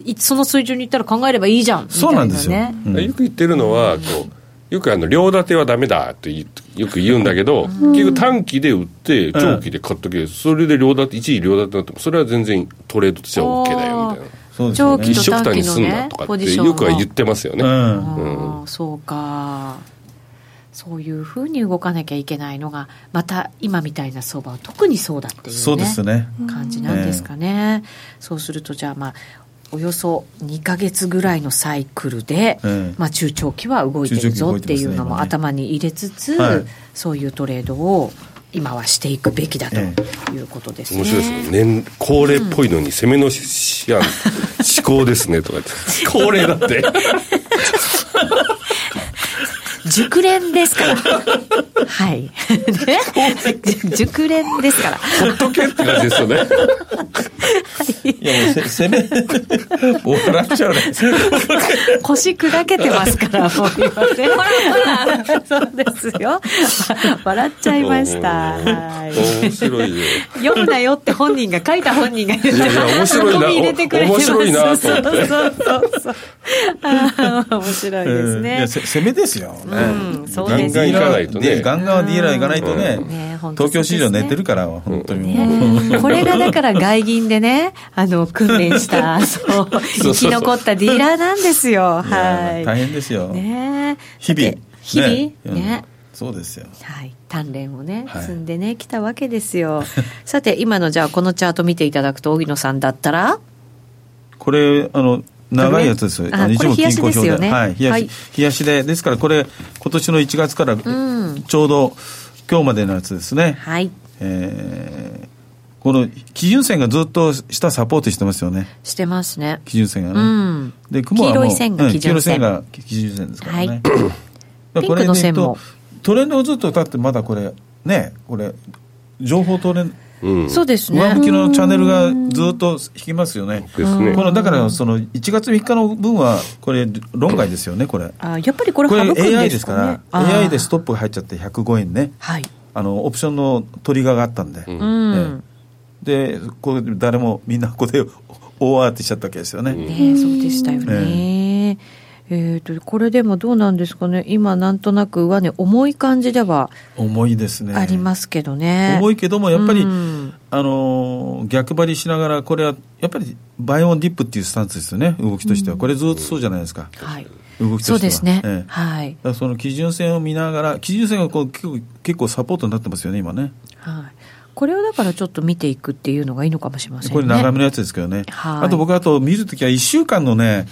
[SPEAKER 1] いその水準に行ったら考えればいいじゃんみたいな、ね。
[SPEAKER 2] そうなんですよ、うん
[SPEAKER 5] よく言ってるのはこうよくあの両立てはダメだって言うよく言うんだけど、結局短期で売って長期で買っとけ、それで両立て一時両立てになってもそれは全然トレードとしては OK だよみたいな
[SPEAKER 2] そうですよ
[SPEAKER 1] 長期
[SPEAKER 5] 一
[SPEAKER 1] と
[SPEAKER 2] ね
[SPEAKER 5] 緒
[SPEAKER 1] 短
[SPEAKER 5] くたに
[SPEAKER 1] 期の
[SPEAKER 5] すんな
[SPEAKER 1] ね
[SPEAKER 5] とか、
[SPEAKER 1] ポ
[SPEAKER 5] っ
[SPEAKER 1] ジ
[SPEAKER 5] て
[SPEAKER 1] ションを
[SPEAKER 5] よくは言ってますよね、
[SPEAKER 2] うん
[SPEAKER 1] あーそうか。そういうふうに動かなきゃいけないのが、また今みたいな相場は特にそうだっていうね。
[SPEAKER 2] そうですね
[SPEAKER 1] 感じなんですかね。そうすると、じゃあまあ、およそ2ヶ月ぐらいのサイクルで、
[SPEAKER 2] ええ
[SPEAKER 1] まあ、中長期は動いてるぞっていうのも
[SPEAKER 2] 中長期動いてますね
[SPEAKER 1] 頭に入れつつ、
[SPEAKER 2] はい
[SPEAKER 1] そういうトレードを今はしていくべきだと
[SPEAKER 2] え
[SPEAKER 1] いうことですね。
[SPEAKER 5] 面白いですね年高齢っぽいのに攻めのし、思考ですねとか言って高齢だって
[SPEAKER 1] 熟練です
[SPEAKER 2] (laughs)
[SPEAKER 1] から。はい。ね、熟練ですから。
[SPEAKER 5] ほっとけって感じですよね
[SPEAKER 2] いやもうせせ (laughs) め笑っちゃうね
[SPEAKER 1] 腰砕けてますから、もう今ね。そうですよ。笑っちゃいました。はい
[SPEAKER 5] 面白いよ
[SPEAKER 1] 読むなよって本人が書いた本人が言って
[SPEAKER 5] いやいや面白い
[SPEAKER 1] ツ
[SPEAKER 5] な
[SPEAKER 1] ッコミ入れてくれてます
[SPEAKER 5] お面白いなと思って
[SPEAKER 1] そうそうそうそうあー面白いです
[SPEAKER 2] うんいや
[SPEAKER 1] ね、
[SPEAKER 2] せせめですよね、
[SPEAKER 1] うんそうです
[SPEAKER 2] ガン
[SPEAKER 5] ね
[SPEAKER 2] ガン
[SPEAKER 5] 行かないとね
[SPEAKER 2] でガンガンはディーラー行かないとね,、
[SPEAKER 1] んね本当
[SPEAKER 2] 東
[SPEAKER 1] そう
[SPEAKER 2] 京
[SPEAKER 1] ですね
[SPEAKER 2] 市場寝てるから本当にもう、
[SPEAKER 1] ねこれがだから外銀でね、あの、訓練した、
[SPEAKER 5] (laughs)
[SPEAKER 1] そう、生
[SPEAKER 5] うそう
[SPEAKER 1] き残ったディーラーなんですよ。
[SPEAKER 2] いや
[SPEAKER 1] はい。
[SPEAKER 2] 大変ですよ、
[SPEAKER 1] ね
[SPEAKER 2] 日々
[SPEAKER 1] だって日々ね,、
[SPEAKER 2] うんそうですよ
[SPEAKER 1] はい、鍛錬をね、
[SPEAKER 2] はい
[SPEAKER 1] 積んでね、来たわけですよ。さて、今のじゃあ、このチャート見ていただくと、荻野さんだったら、
[SPEAKER 2] これあの長いやつですよ。
[SPEAKER 1] あ
[SPEAKER 2] あの
[SPEAKER 1] これ
[SPEAKER 2] 一目均衡表
[SPEAKER 1] 冷やしですよね
[SPEAKER 2] はい、冷
[SPEAKER 1] は
[SPEAKER 2] や
[SPEAKER 1] い
[SPEAKER 2] し、冷やしで、ですからこれ今年の1月からち
[SPEAKER 1] ん
[SPEAKER 2] ょうど今日までのやつですね。
[SPEAKER 1] はい、
[SPEAKER 2] えーこの基準線がずっと下サポートしてますよね。
[SPEAKER 1] してますね。
[SPEAKER 2] 基準線がね。
[SPEAKER 1] うん
[SPEAKER 2] で雲は
[SPEAKER 1] 黄
[SPEAKER 2] もう
[SPEAKER 1] 色い線が基準線
[SPEAKER 2] うん黄色い線が基準線ですからね。
[SPEAKER 1] はい
[SPEAKER 2] だからこれで
[SPEAKER 1] ピンクの線も
[SPEAKER 2] トレンドをずっと立ってまだこれねこれ情報トレンド
[SPEAKER 5] うん
[SPEAKER 1] そうですね。
[SPEAKER 2] 上向きのチャンネルがずっと引きますよね。
[SPEAKER 5] ですね
[SPEAKER 2] このだからその1月3日の分はこれ論外ですよねこれ
[SPEAKER 1] あやっぱりこれ
[SPEAKER 2] こ
[SPEAKER 1] 省く
[SPEAKER 2] れ
[SPEAKER 1] んですか、ね、
[SPEAKER 2] AI ですから
[SPEAKER 1] あー
[SPEAKER 2] AI でストップが入っちゃって105円ね
[SPEAKER 1] はい。
[SPEAKER 2] あのオプションのトリガーがあったんで、
[SPEAKER 5] ん
[SPEAKER 1] うん。
[SPEAKER 2] でこれ誰もみんなここで (laughs) 大慌てしちゃったわけですよね、
[SPEAKER 1] ねえそうでしたよね。えーとこれでもどうなんですかね、今、なんとなくはね、重い感じでは
[SPEAKER 2] 重いですね
[SPEAKER 1] ありますけどね、
[SPEAKER 2] 重いけどもやっぱり、
[SPEAKER 1] うん
[SPEAKER 2] あのー逆張りしながらこれはやっぱりバイオンディップっていうスタンスですよね動きとしては、これずっとそうじゃないですか、
[SPEAKER 1] はい、
[SPEAKER 2] 動きとして
[SPEAKER 1] そ
[SPEAKER 2] は
[SPEAKER 1] うですね、
[SPEAKER 2] ええ
[SPEAKER 1] はい
[SPEAKER 2] だからその基準線を見ながら、基準線がこう結構結構サポートになってますよね、今ね。
[SPEAKER 1] はい、これをだからちょっと見ていくっていうのがいいのかもしれませんね。
[SPEAKER 2] これ、長めのやつですけどね。
[SPEAKER 1] はい
[SPEAKER 2] あと僕、あと見るときは1週間のね、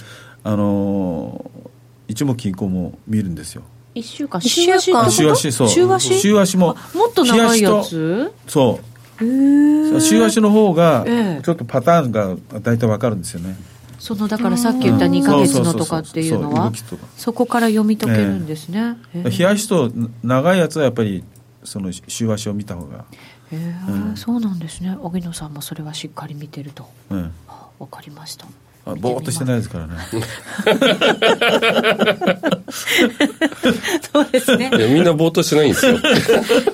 [SPEAKER 2] あのー一目均衡も見るんですよ。
[SPEAKER 1] 一週間、
[SPEAKER 4] 一週間
[SPEAKER 1] 週足ってこと
[SPEAKER 2] 週足、そう。
[SPEAKER 1] 週足
[SPEAKER 2] 週足も。
[SPEAKER 1] あもっと長いやつ
[SPEAKER 2] 日足とそう。週足の方が、ちょっとパターンが大体わかるんですよね。
[SPEAKER 1] そのだからさっき言った2ヶ月のとかっていうのは
[SPEAKER 2] そうそうそうそうそう動きとか
[SPEAKER 1] そこから読み解けるんですね、えー
[SPEAKER 2] 日足と長いやつはやっぱり、その週足を見た方が。
[SPEAKER 1] へーそうなんですね荻野さんもそれはしっかり見てると
[SPEAKER 2] うん。
[SPEAKER 1] あわかりました
[SPEAKER 2] あぼーっとしてないですからね。
[SPEAKER 1] (laughs) そうですね
[SPEAKER 5] いやみんなぼーっとしてないんですよ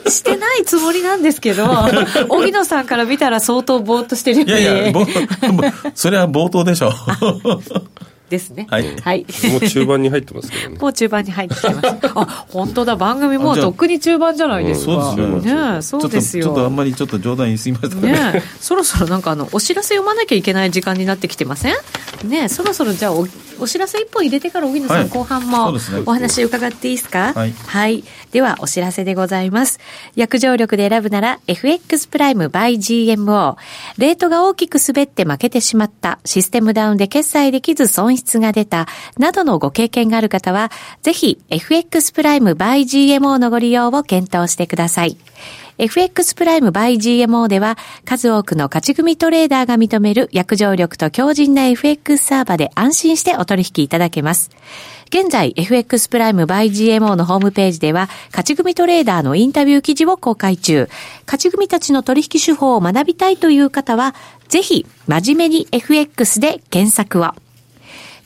[SPEAKER 1] してないつもりなんです
[SPEAKER 2] (laughs)
[SPEAKER 1] けど荻野さんから見たら相当ぼーっとしてるよ
[SPEAKER 2] い
[SPEAKER 1] ね
[SPEAKER 2] やいや、ぼ (laughs) それは冒頭
[SPEAKER 1] (laughs)
[SPEAKER 2] でしょ。
[SPEAKER 1] ですね
[SPEAKER 2] はい
[SPEAKER 1] はい
[SPEAKER 5] もう中盤に入ってますけどね
[SPEAKER 1] もう中盤に入ってきました。あ、本当だ、番組もうとっくに中盤じゃないですか。
[SPEAKER 2] そうですよ
[SPEAKER 1] ねえそうですよ。
[SPEAKER 2] ちょっとちょっとあんまりちょっと冗談言い過ぎましたね。
[SPEAKER 1] ねえそろそろなんかあの、お知らせ読まなきゃいけない時間になってきてませんねえそろそろじゃあお、お知らせ一本入れてから、荻野さん、
[SPEAKER 2] はい
[SPEAKER 1] 後半も
[SPEAKER 2] そうですね
[SPEAKER 1] お話伺っていいですか
[SPEAKER 2] はい
[SPEAKER 1] では、お知らせでございます。約定力で選ぶなら、FX プライム by GMO。レートが大きく滑って負けてしまった、システムダウンで決済できず損失が出た、などのご経験がある方は、ぜひ、FX プライム by GMO のご利用を検討してください。FX プライム by GMO では数多くの勝ち組トレーダーが認める約定力と強靭な FX サーバーで安心してお取引いただけます。現在 FX プライム by GMO のホームページでは勝ち組トレーダーのインタビュー記事を公開中。勝ち組たちの取引手法を学びたいという方はぜひ真面目に FX で検索を。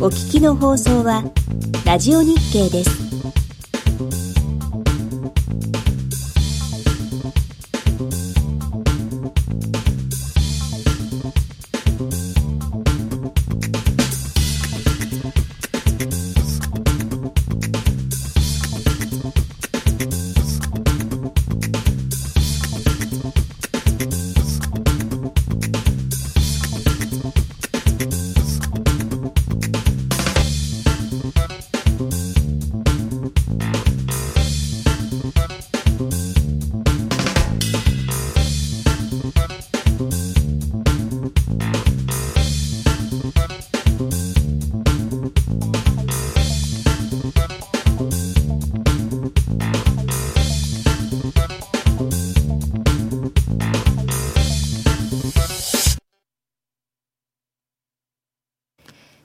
[SPEAKER 3] お聞きの放送はラジオ日経です。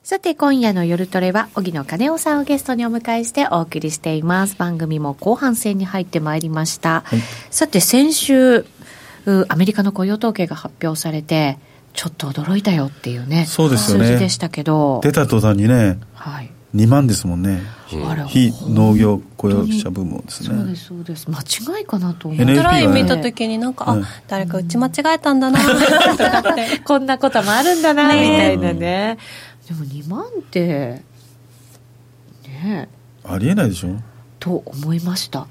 [SPEAKER 1] さて今夜の夜トレは荻野金夫さんをゲストにお迎えしてお送りしています番組も後半戦に入ってまいりました、
[SPEAKER 2] い
[SPEAKER 1] さて先週うアメリカの雇用統計が発表されてちょっと驚いたよっていうね
[SPEAKER 2] そうですよね
[SPEAKER 1] 数字でしたけど
[SPEAKER 2] 出た途端にね、
[SPEAKER 1] はい、
[SPEAKER 2] 2万ですもんね。
[SPEAKER 1] あら
[SPEAKER 2] 非農業雇用者部門です
[SPEAKER 1] そうで
[SPEAKER 2] ね。
[SPEAKER 1] すそうです間違いかなと思う
[SPEAKER 2] NFP
[SPEAKER 4] トライン
[SPEAKER 2] はね
[SPEAKER 4] 見た時になんか、
[SPEAKER 2] うん
[SPEAKER 4] あ誰か打ち間違えた
[SPEAKER 2] (laughs)
[SPEAKER 4] んだなとかって
[SPEAKER 1] こんなこともあるんだなみたいなねでも2万ってねえ
[SPEAKER 2] ありえないでしょ
[SPEAKER 1] と思いました、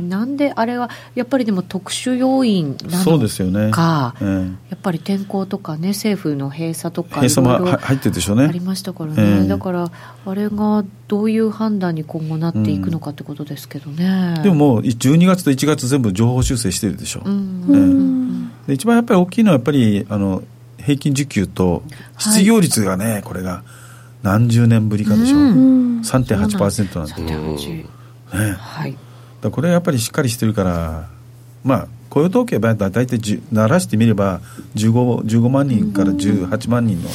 [SPEAKER 1] なんであれはやっぱりでも特殊要因な
[SPEAKER 2] そう
[SPEAKER 1] の
[SPEAKER 2] ですよね。
[SPEAKER 1] か、
[SPEAKER 2] ええ
[SPEAKER 1] やっぱり天候とかね政府の閉鎖とか
[SPEAKER 2] 閉鎖も
[SPEAKER 1] いろいろ
[SPEAKER 2] は入ってるでしょう
[SPEAKER 1] あ
[SPEAKER 2] ね
[SPEAKER 1] り。ましたからね
[SPEAKER 2] ええ
[SPEAKER 1] だからあれがどういう判断に今後なっていくのかってことですけどね、
[SPEAKER 2] でももう12月と1月全部情報修正してるでしょ。
[SPEAKER 1] うん
[SPEAKER 2] ええで一番やっぱり大きいのはやっぱりあの平均時給と失業率がね、これが何十年ぶりかでしょ。
[SPEAKER 1] うん
[SPEAKER 2] 3.8%なんで。ね
[SPEAKER 1] 3.8はい
[SPEAKER 2] だからこれはやっぱりしっかりしてるから、まあ、雇用統計はだ大体10鳴らしてみれば15、15万人から18万人の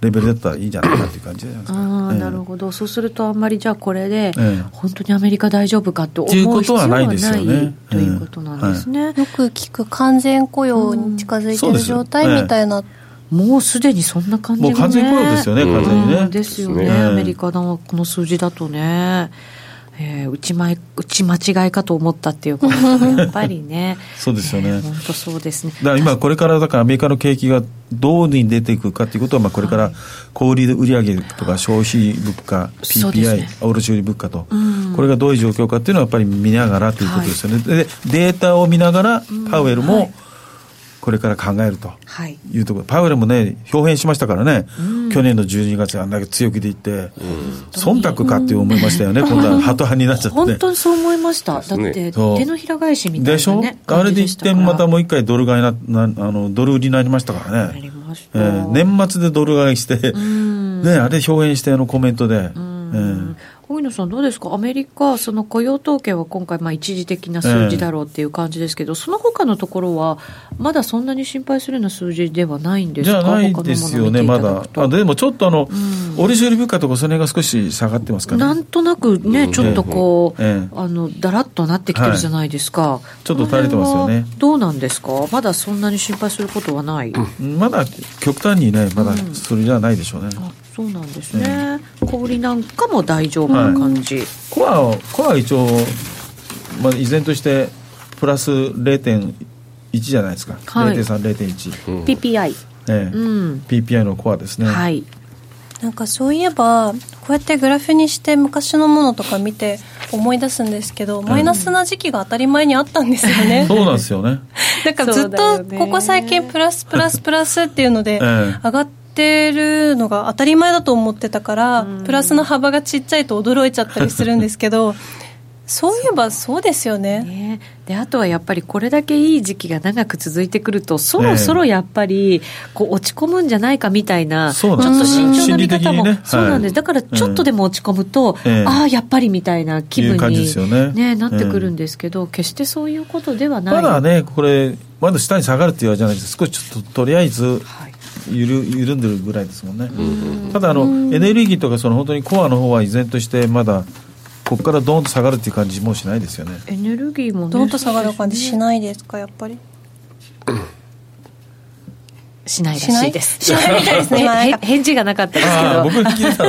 [SPEAKER 2] レベルだったらいいんじゃないかっていう感じじゃないです
[SPEAKER 1] あ
[SPEAKER 2] か。
[SPEAKER 1] あ
[SPEAKER 2] ええ
[SPEAKER 1] なるほどそうするとあんまりじゃあこれで
[SPEAKER 2] ええ
[SPEAKER 1] 本当にアメリカ大丈夫かと
[SPEAKER 2] っていう
[SPEAKER 1] 思う
[SPEAKER 2] こ
[SPEAKER 1] 必
[SPEAKER 2] と
[SPEAKER 1] 要は
[SPEAKER 2] は
[SPEAKER 1] な
[SPEAKER 2] ないいですよね
[SPEAKER 1] ということなんですね、
[SPEAKER 4] よく聞く完全雇用に近づいて
[SPEAKER 2] そう
[SPEAKER 4] る
[SPEAKER 2] です
[SPEAKER 4] 状態みたいな、
[SPEAKER 1] もうすでにそんな感じが
[SPEAKER 2] も
[SPEAKER 1] ね
[SPEAKER 2] う完全雇用ですよね、
[SPEAKER 5] う
[SPEAKER 2] 完
[SPEAKER 5] ん
[SPEAKER 2] 全に
[SPEAKER 1] う
[SPEAKER 2] ね
[SPEAKER 1] ん。ですよね、
[SPEAKER 5] ですね
[SPEAKER 1] アメリカのこの数字だとね、えー打ちまい打ち間違いかと思ったっていうことがやっぱりね
[SPEAKER 2] (laughs) そうですよね
[SPEAKER 1] えー本当そうですね
[SPEAKER 2] だから今これからだからアメリカの景気がどうに出ていくかっていうことはまあこれから小売り売上とか消費物価
[SPEAKER 1] そうです
[SPEAKER 2] PPI、
[SPEAKER 1] ね
[SPEAKER 2] 卸売物価と、これがどういう状況かっていうのはやっぱり見ながらということですよね、でデータを見ながらパウエルもこれから考えると
[SPEAKER 1] はい
[SPEAKER 2] いうところ、パウエルもね表変しましたからね、去年の12月あんだけ強気で言って、忖度かって思いましたよね、今度はハト派になっちゃってね
[SPEAKER 1] 本当にそう思いましただって
[SPEAKER 5] うですね
[SPEAKER 2] そう
[SPEAKER 1] 手のひら返しみたい
[SPEAKER 2] でし
[SPEAKER 1] な
[SPEAKER 2] ょ
[SPEAKER 1] ね
[SPEAKER 2] あれで一
[SPEAKER 1] したか
[SPEAKER 2] 点
[SPEAKER 1] ら
[SPEAKER 2] またもう一回ドル買いななあのドル売りになりましたから
[SPEAKER 1] なり
[SPEAKER 2] ね
[SPEAKER 1] まし
[SPEAKER 2] え
[SPEAKER 1] た、
[SPEAKER 2] ー年末でドル買いして、
[SPEAKER 1] うん
[SPEAKER 2] ね、あれ、表現してあのコメントで、
[SPEAKER 1] うん大野さん、どうですか、アメリカ、その雇用統計は今回、まあ一時的な数字だろうっていう感じですけど、その他のところは、まだそんなに心配するような数字ではないんです
[SPEAKER 2] じ
[SPEAKER 1] か、
[SPEAKER 2] ゃないですよね、
[SPEAKER 1] 他のものを見てい
[SPEAKER 2] まだ
[SPEAKER 1] ただく。と
[SPEAKER 2] あでもちょっとあの、
[SPEAKER 1] うん
[SPEAKER 2] 卸売物価とか、その辺が少し下がってますか
[SPEAKER 1] な
[SPEAKER 2] ら、
[SPEAKER 1] んとなくね、ちょっとこう、
[SPEAKER 2] ええ
[SPEAKER 1] あのだらっとなってきてるじゃないですか、
[SPEAKER 2] ちょっと垂れてます
[SPEAKER 1] この
[SPEAKER 2] よね
[SPEAKER 1] 辺はどうなんですか、まだそんなに心配することはない、
[SPEAKER 2] まだ極端にね、まだ
[SPEAKER 1] うん
[SPEAKER 2] それじゃないでしょうね。
[SPEAKER 1] あそうなんですね、小売りなんかも大丈夫な感じ、
[SPEAKER 2] コアをコアは一応、まあ、依然としてプラス0.1じゃないですか、
[SPEAKER 1] はい
[SPEAKER 2] 0.3、0.1、
[SPEAKER 5] うん
[SPEAKER 1] PPI、
[SPEAKER 2] ええ
[SPEAKER 1] うん、
[SPEAKER 2] PPI のコアですね。
[SPEAKER 1] はい、
[SPEAKER 4] なんかそういえばこうやってグラフにして昔のものとか見て思い出すんですけどマイナスな時期が当たり前にあったんですよね、
[SPEAKER 2] そうなんです
[SPEAKER 1] (laughs)
[SPEAKER 2] よね。
[SPEAKER 4] (laughs) なんかずっとここ最近プラスプラスプラスっていうので
[SPEAKER 2] ええ
[SPEAKER 4] 上がってるのが当たり前だと思ってたからプラスの幅がちっちゃいと驚いちゃったりするんです
[SPEAKER 2] (laughs)
[SPEAKER 4] けどそういえばそうですよね
[SPEAKER 1] ね、であとはやっぱりこれだけいい時期が長く続いてくるとそろそろやっぱりこう落ち込むんじゃないかみたいな、ち
[SPEAKER 2] そ
[SPEAKER 1] ょっ
[SPEAKER 2] うなん
[SPEAKER 1] と
[SPEAKER 2] です
[SPEAKER 1] 慎重な見方も、
[SPEAKER 2] 心理的にね
[SPEAKER 1] そうなんです、
[SPEAKER 2] はい
[SPEAKER 1] だからちょっとでも落ち込むと、
[SPEAKER 2] ええ
[SPEAKER 1] ああやっぱりみたいな気
[SPEAKER 2] い
[SPEAKER 1] 分
[SPEAKER 2] う感じですよ
[SPEAKER 1] に、
[SPEAKER 2] ね
[SPEAKER 1] ね、なってくるんですけど、決してそういうことではない。
[SPEAKER 2] まだね、これ、まだ下に下がるって言われじゃないです少しちょっととりあえず
[SPEAKER 1] はい
[SPEAKER 2] ゆる緩んでるぐらいですもんね。ただあの、エネルギーとか、その本当にコアの方は依然として、まだここからドーンと下がるっていう感じもうしないですよね。
[SPEAKER 1] エネルギーもね
[SPEAKER 4] どんと下がる感じしないですかやっぱり
[SPEAKER 1] しないらしいです。
[SPEAKER 4] しないみたいですね今な
[SPEAKER 1] (laughs)
[SPEAKER 4] ん
[SPEAKER 1] へ
[SPEAKER 4] か
[SPEAKER 1] 返事がなかったですけ
[SPEAKER 2] ああ、
[SPEAKER 1] ど。
[SPEAKER 2] 僕が聞いてた
[SPEAKER 4] (laughs)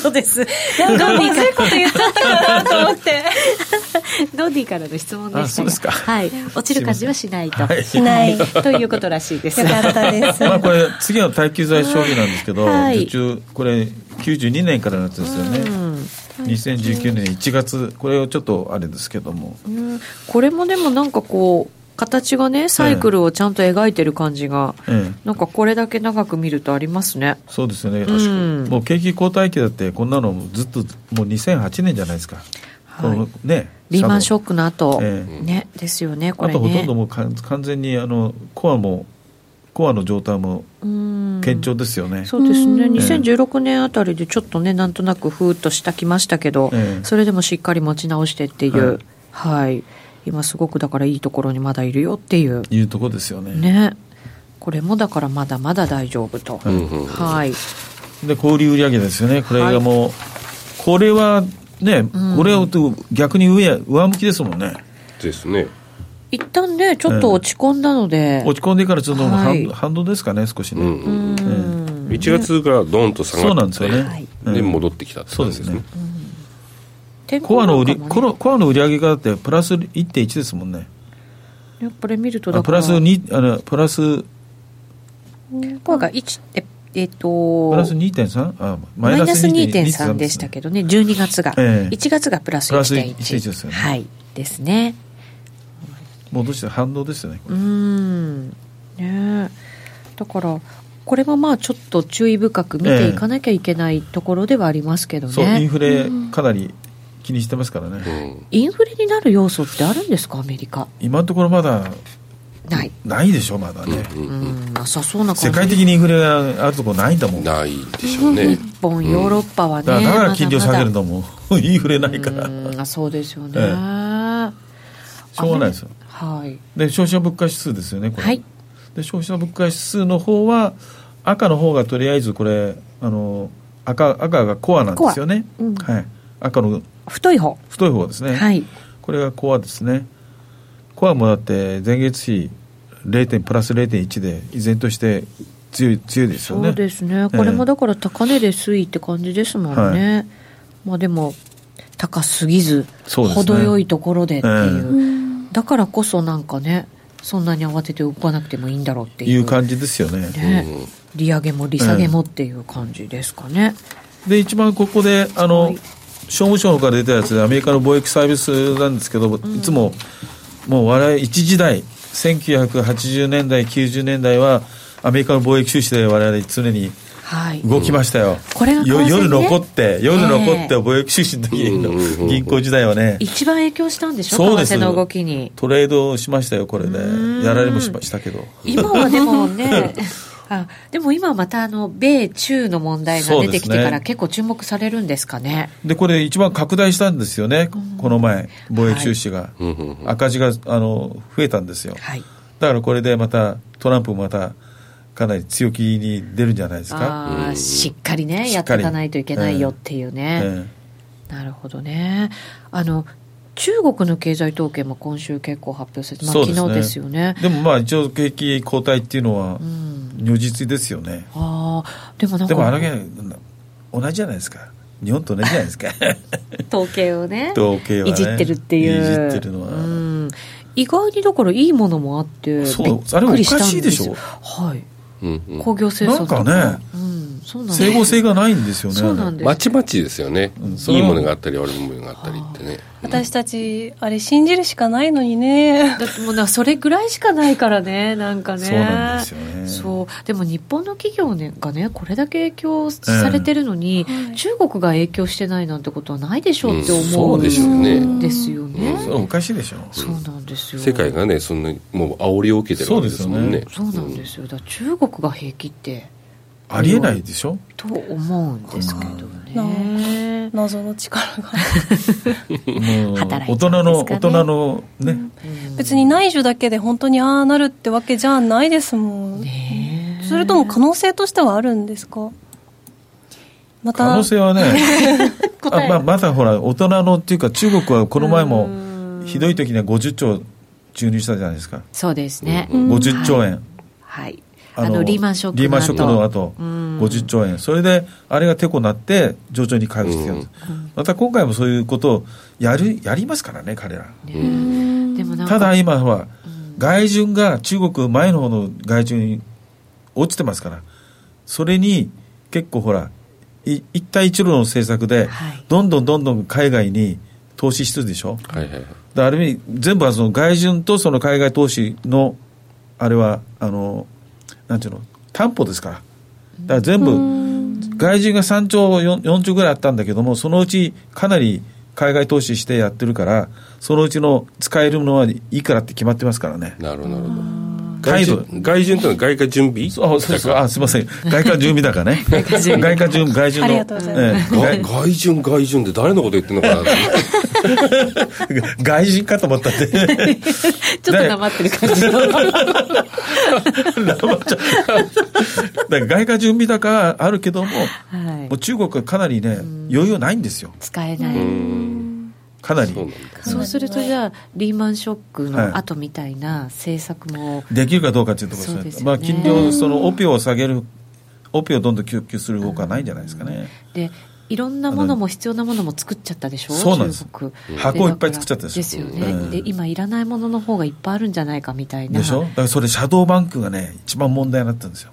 [SPEAKER 1] (laughs) そうです。 (laughs) なんか
[SPEAKER 4] まずいこと言っちゃったかなと思
[SPEAKER 1] (laughs)
[SPEAKER 4] って
[SPEAKER 1] ノディからの質問でしたが
[SPEAKER 2] あそうですか
[SPEAKER 1] はい、落ちる感じはしないと、
[SPEAKER 2] はい
[SPEAKER 1] し
[SPEAKER 4] (laughs)
[SPEAKER 1] ないということらしいです。
[SPEAKER 4] よかっ
[SPEAKER 2] (laughs)
[SPEAKER 4] たです
[SPEAKER 2] まあこれ次は耐久財将棋なんですけど、
[SPEAKER 1] はい
[SPEAKER 2] 受注これ92年からのやつですよね、2019年1月これをちょっとあれですけども
[SPEAKER 1] うんこれもでもなんかこう形がねサイクルをちゃんと描いてる感じが、
[SPEAKER 2] ええ
[SPEAKER 1] なんかこれだけ長く見るとありますね。
[SPEAKER 2] そうですよね、
[SPEAKER 1] 確かに
[SPEAKER 2] もう景気後退期だってこんなのずっともう2008年じゃないですか、
[SPEAKER 1] はい
[SPEAKER 2] このね
[SPEAKER 1] リーマンショ
[SPEAKER 2] ッ
[SPEAKER 1] ックの後、
[SPEAKER 2] え
[SPEAKER 1] ねですよねこ
[SPEAKER 2] あ
[SPEAKER 1] れね。
[SPEAKER 2] とほとんどもう完完全にあのコアもコアの状態も
[SPEAKER 1] うん
[SPEAKER 2] 堅調ですよね、
[SPEAKER 1] そうですね、
[SPEAKER 4] うん
[SPEAKER 1] 2016年あたりでちょっとねなんとなくふーっとしたきましたけど、
[SPEAKER 2] ええ
[SPEAKER 1] それでもしっかり持ち直してっていう、はい、今すごくだからいいところにまだいるよっていう
[SPEAKER 2] いうとこですよね
[SPEAKER 1] ねこれもだからまだまだ大丈夫と、
[SPEAKER 5] んうんうん
[SPEAKER 1] はい
[SPEAKER 2] で小売売上ですよねこれがもう、これはね、これをと逆に上上向きですもんね
[SPEAKER 5] ですね
[SPEAKER 1] 一旦ねちょっと落ち込んだので、
[SPEAKER 2] 落ち込んでからちょっともう
[SPEAKER 1] は
[SPEAKER 2] 反,、
[SPEAKER 1] い
[SPEAKER 2] 反動ですかね少しね、
[SPEAKER 5] うんうん
[SPEAKER 1] うん
[SPEAKER 5] 1月がドンと下がって
[SPEAKER 2] そうなんですよね、
[SPEAKER 1] はい
[SPEAKER 2] うん
[SPEAKER 5] で戻ってきたって
[SPEAKER 2] そう
[SPEAKER 5] 感
[SPEAKER 2] で
[SPEAKER 5] じ
[SPEAKER 2] す
[SPEAKER 5] です
[SPEAKER 2] ね
[SPEAKER 5] ね
[SPEAKER 1] 天
[SPEAKER 2] コ
[SPEAKER 1] 候
[SPEAKER 2] アの売
[SPEAKER 1] なんか
[SPEAKER 2] り
[SPEAKER 1] もね
[SPEAKER 2] コロコアの売上がだってプラス1.1ですもんね
[SPEAKER 1] やっぱり見るとだ
[SPEAKER 2] あ
[SPEAKER 1] か
[SPEAKER 2] プ
[SPEAKER 1] ら
[SPEAKER 2] ラスにあのプラスプ
[SPEAKER 1] コアが1ええっと
[SPEAKER 2] ラス 2.3? あ
[SPEAKER 1] マイナス2.3でした
[SPEAKER 2] ど
[SPEAKER 1] けどね、12月が、
[SPEAKER 2] ええ
[SPEAKER 1] 1月がプラス
[SPEAKER 2] プラス
[SPEAKER 1] 1.1
[SPEAKER 2] 1.1ですよね
[SPEAKER 1] はい、ですね。
[SPEAKER 2] 戻して反動ですよねこ
[SPEAKER 1] う
[SPEAKER 2] れ
[SPEAKER 1] ーん、ねえだから、これもまあちょっと注意深く見ていかなきゃいけないところではありますけど
[SPEAKER 2] そうイン
[SPEAKER 1] ね。
[SPEAKER 2] フレかなり気にしてますからね、
[SPEAKER 5] うん
[SPEAKER 1] インフレになる要素ってあるんですか、アメリカ。
[SPEAKER 2] 今のところまだ
[SPEAKER 1] ない。
[SPEAKER 2] ないでしょまだね、
[SPEAKER 5] うんうん
[SPEAKER 1] うん、なさそうな感じ。
[SPEAKER 2] 世界的にインフレがあるところないんだもんだ
[SPEAKER 5] ないでしょうね
[SPEAKER 1] 日本、ヨーロッパはね。
[SPEAKER 2] からだから金利を下げる
[SPEAKER 1] の
[SPEAKER 2] のもインフレないから
[SPEAKER 1] うん、そうですよね。
[SPEAKER 2] (laughs) ええしょうがないですよ
[SPEAKER 1] はい。
[SPEAKER 2] で消費者物価指数ですよねこれ、
[SPEAKER 1] はい
[SPEAKER 2] で消費者物価指数の方は赤の方がとりあえずこれあの赤赤がコアなんですよね、
[SPEAKER 1] コアうん
[SPEAKER 2] はい、赤の
[SPEAKER 1] 太い方。
[SPEAKER 2] 太い方ですね、
[SPEAKER 1] はい。
[SPEAKER 2] これがコアですねコアもだって前月比0プラス0.1で依然として強い強いですよね
[SPEAKER 1] そうですね、これもだから高値で推移って感じですもんね、まあでも、高すぎず、
[SPEAKER 2] そうですね
[SPEAKER 1] 程よいところでっていう、
[SPEAKER 2] う
[SPEAKER 1] だからこそなんかね、そんなに慌てて動かなくてもいいんだろうって
[SPEAKER 2] い
[SPEAKER 1] いうう、
[SPEAKER 2] 感じですよね
[SPEAKER 1] ね利上げも利下げもっていう感じですかね。
[SPEAKER 2] で一番ここであの、商務省から出たやつでアメリカの貿易サービスなんですけど、いつももう我々一時代1980年代90年代はアメリカの貿易収支で我々常に
[SPEAKER 1] はい、
[SPEAKER 2] 動きましたよ、
[SPEAKER 1] これが為替
[SPEAKER 2] よ
[SPEAKER 1] ね
[SPEAKER 2] 夜残って夜残って
[SPEAKER 1] ええ
[SPEAKER 2] 貿易収支の時の
[SPEAKER 5] うんうんうん
[SPEAKER 2] 銀行時代はね
[SPEAKER 1] 一番影響したんでしょ、
[SPEAKER 2] そうです
[SPEAKER 1] 為替の動きに。
[SPEAKER 2] トレードしましたよこれでやられもしましたけど
[SPEAKER 1] 今はでもね、あでも今またあの米中の問題が出てきてから結構注目されるんですかね。
[SPEAKER 2] でこれ一番拡大したんですよね、この前貿易収支が、
[SPEAKER 5] うんうんうん
[SPEAKER 2] 赤字があの増えたんですよ、
[SPEAKER 1] はい。
[SPEAKER 2] だからこれでまたトランプもまたかなり強気に出るんじゃないですか、
[SPEAKER 1] ああーしっかりね
[SPEAKER 2] し
[SPEAKER 1] や
[SPEAKER 2] っ
[SPEAKER 1] って
[SPEAKER 2] か
[SPEAKER 1] い
[SPEAKER 2] り
[SPEAKER 1] かないといけないよっていうね。
[SPEAKER 2] え
[SPEAKER 1] なるほどね。あの中国の経済統計も今週結構発表されて、まあ、
[SPEAKER 2] そう
[SPEAKER 1] 昨
[SPEAKER 2] ですね
[SPEAKER 1] 日ですよね
[SPEAKER 2] え。でもまあ一応景気後退っていうのは
[SPEAKER 1] うん。
[SPEAKER 2] 如実ですよね、
[SPEAKER 1] ああでもなんか
[SPEAKER 2] でもあの件同じじゃないですか日本と同じじゃないですか
[SPEAKER 1] 統計をね
[SPEAKER 2] 統計はね
[SPEAKER 1] いじってるっていう。
[SPEAKER 2] いじってるのは、
[SPEAKER 1] うん意外にだからいいものもあってび
[SPEAKER 2] そ
[SPEAKER 1] っ
[SPEAKER 2] う
[SPEAKER 1] くりしたんですよ
[SPEAKER 2] あれおかしいでしょ
[SPEAKER 1] はい。
[SPEAKER 5] うんうん
[SPEAKER 1] 工業生産とか
[SPEAKER 2] なんかね
[SPEAKER 1] うん、そうなんです
[SPEAKER 2] 整合性がないんですよね
[SPEAKER 1] そうなんです
[SPEAKER 5] まちまちですよね、
[SPEAKER 2] うん
[SPEAKER 5] いいものがあったり悪いものがあったりってね
[SPEAKER 4] 私たちあれ信じるしかないのにね (laughs)
[SPEAKER 1] だってもうなそれぐらいしかないからねなんかね
[SPEAKER 2] そうなんですよね
[SPEAKER 1] そうでも日本の企業、ね、がねこれだけ影響されてるのに、
[SPEAKER 4] はい
[SPEAKER 1] 中国が影響してないなんてことはないでしょうって
[SPEAKER 5] うん
[SPEAKER 1] 思う
[SPEAKER 5] そうでしょうね
[SPEAKER 1] んですよね、
[SPEAKER 5] うん
[SPEAKER 2] それはおかしいでしょ
[SPEAKER 1] そうなんですよ
[SPEAKER 5] 世界がねそんなにもう煽りを受けてるわけですもんね
[SPEAKER 1] そうなんですよだから中国が平気って
[SPEAKER 2] ありえないでしょ
[SPEAKER 1] と思うんですけどね、
[SPEAKER 4] 謎の力が
[SPEAKER 2] もう
[SPEAKER 1] 働
[SPEAKER 2] 大
[SPEAKER 1] いちゃ
[SPEAKER 2] 人
[SPEAKER 1] うんですか
[SPEAKER 2] の、
[SPEAKER 1] ね
[SPEAKER 2] 大人のね、
[SPEAKER 1] うん
[SPEAKER 4] 別に内需だけで本当にああなるってわけじゃないですもん、
[SPEAKER 1] ねえ
[SPEAKER 4] それとも可能性としてはあるんですかまた
[SPEAKER 2] 可能性はね
[SPEAKER 1] 答え
[SPEAKER 2] あ、まあ、まだほら大人のっていうか中国はこの前
[SPEAKER 1] う
[SPEAKER 2] も
[SPEAKER 1] ん
[SPEAKER 2] ひどい時には50兆注入したじゃないですか
[SPEAKER 1] そうですね、
[SPEAKER 4] うん
[SPEAKER 2] 50兆円、
[SPEAKER 1] はいあのリーマンショックの後
[SPEAKER 2] リーマンショックの後
[SPEAKER 1] うん
[SPEAKER 2] 50兆円それであれがてこになって徐々に回復してる、また今回もそういうことをやるやりますからね彼ら
[SPEAKER 1] ね
[SPEAKER 5] うん
[SPEAKER 1] でもなんか
[SPEAKER 2] ただ今は
[SPEAKER 1] うん
[SPEAKER 2] 外順が中国前の方の外順に落ちてますからそれに結構ほらい一帯一路の政策で
[SPEAKER 1] はい
[SPEAKER 2] どんどんどんどん海外に投資してるでしょ
[SPEAKER 5] はいはいはい
[SPEAKER 2] だからある意味全部はその外順とその海外投資のあれはあのなんていうの担保ですからだから全部外人が3兆 4, 4兆ぐらいあったんだけどもそのうちかなり海外投資してやってるからそのうちの使えるものはいくらって決まってますからね
[SPEAKER 5] なるほどなるほど
[SPEAKER 2] 外
[SPEAKER 5] 外
[SPEAKER 2] 部
[SPEAKER 5] 順外順というのは外貨準備
[SPEAKER 2] そうそうそうあすみません外貨準備高ね外貨準備外順の
[SPEAKER 4] ありがとうございます
[SPEAKER 2] ええ
[SPEAKER 5] が外順外順って誰のこと言ってんのかな
[SPEAKER 2] 外外人かと思ったって (laughs)
[SPEAKER 1] ちょっと黙ってる感じの
[SPEAKER 2] だから外貨準備高はあるけども
[SPEAKER 1] はい
[SPEAKER 2] もう中国はかなりね余裕ないんですよ
[SPEAKER 1] 使えな
[SPEAKER 5] う
[SPEAKER 1] い、
[SPEAKER 5] ん
[SPEAKER 2] かなり
[SPEAKER 5] そうなんだ
[SPEAKER 1] そうするとじゃあリーマンショックの後みたいな政策も、
[SPEAKER 2] できるかどうかっていうところです
[SPEAKER 1] そう
[SPEAKER 2] ね
[SPEAKER 1] ですよね
[SPEAKER 2] まあ金利をそのオピオを下げるオピオをどんどん供給する方向はないんじゃないですかね、
[SPEAKER 1] でいろんなものも必要なものも作っちゃったでしょ
[SPEAKER 2] そうなんです
[SPEAKER 1] 中国
[SPEAKER 2] 箱をいっぱい作っちゃった
[SPEAKER 1] で
[SPEAKER 2] でしょ
[SPEAKER 1] すよね、
[SPEAKER 2] うん
[SPEAKER 1] で今いらないものの方がいっぱいあるんじゃないかみたいな
[SPEAKER 2] でしょだからそれシャドーバンクがね一番問題になったんですよ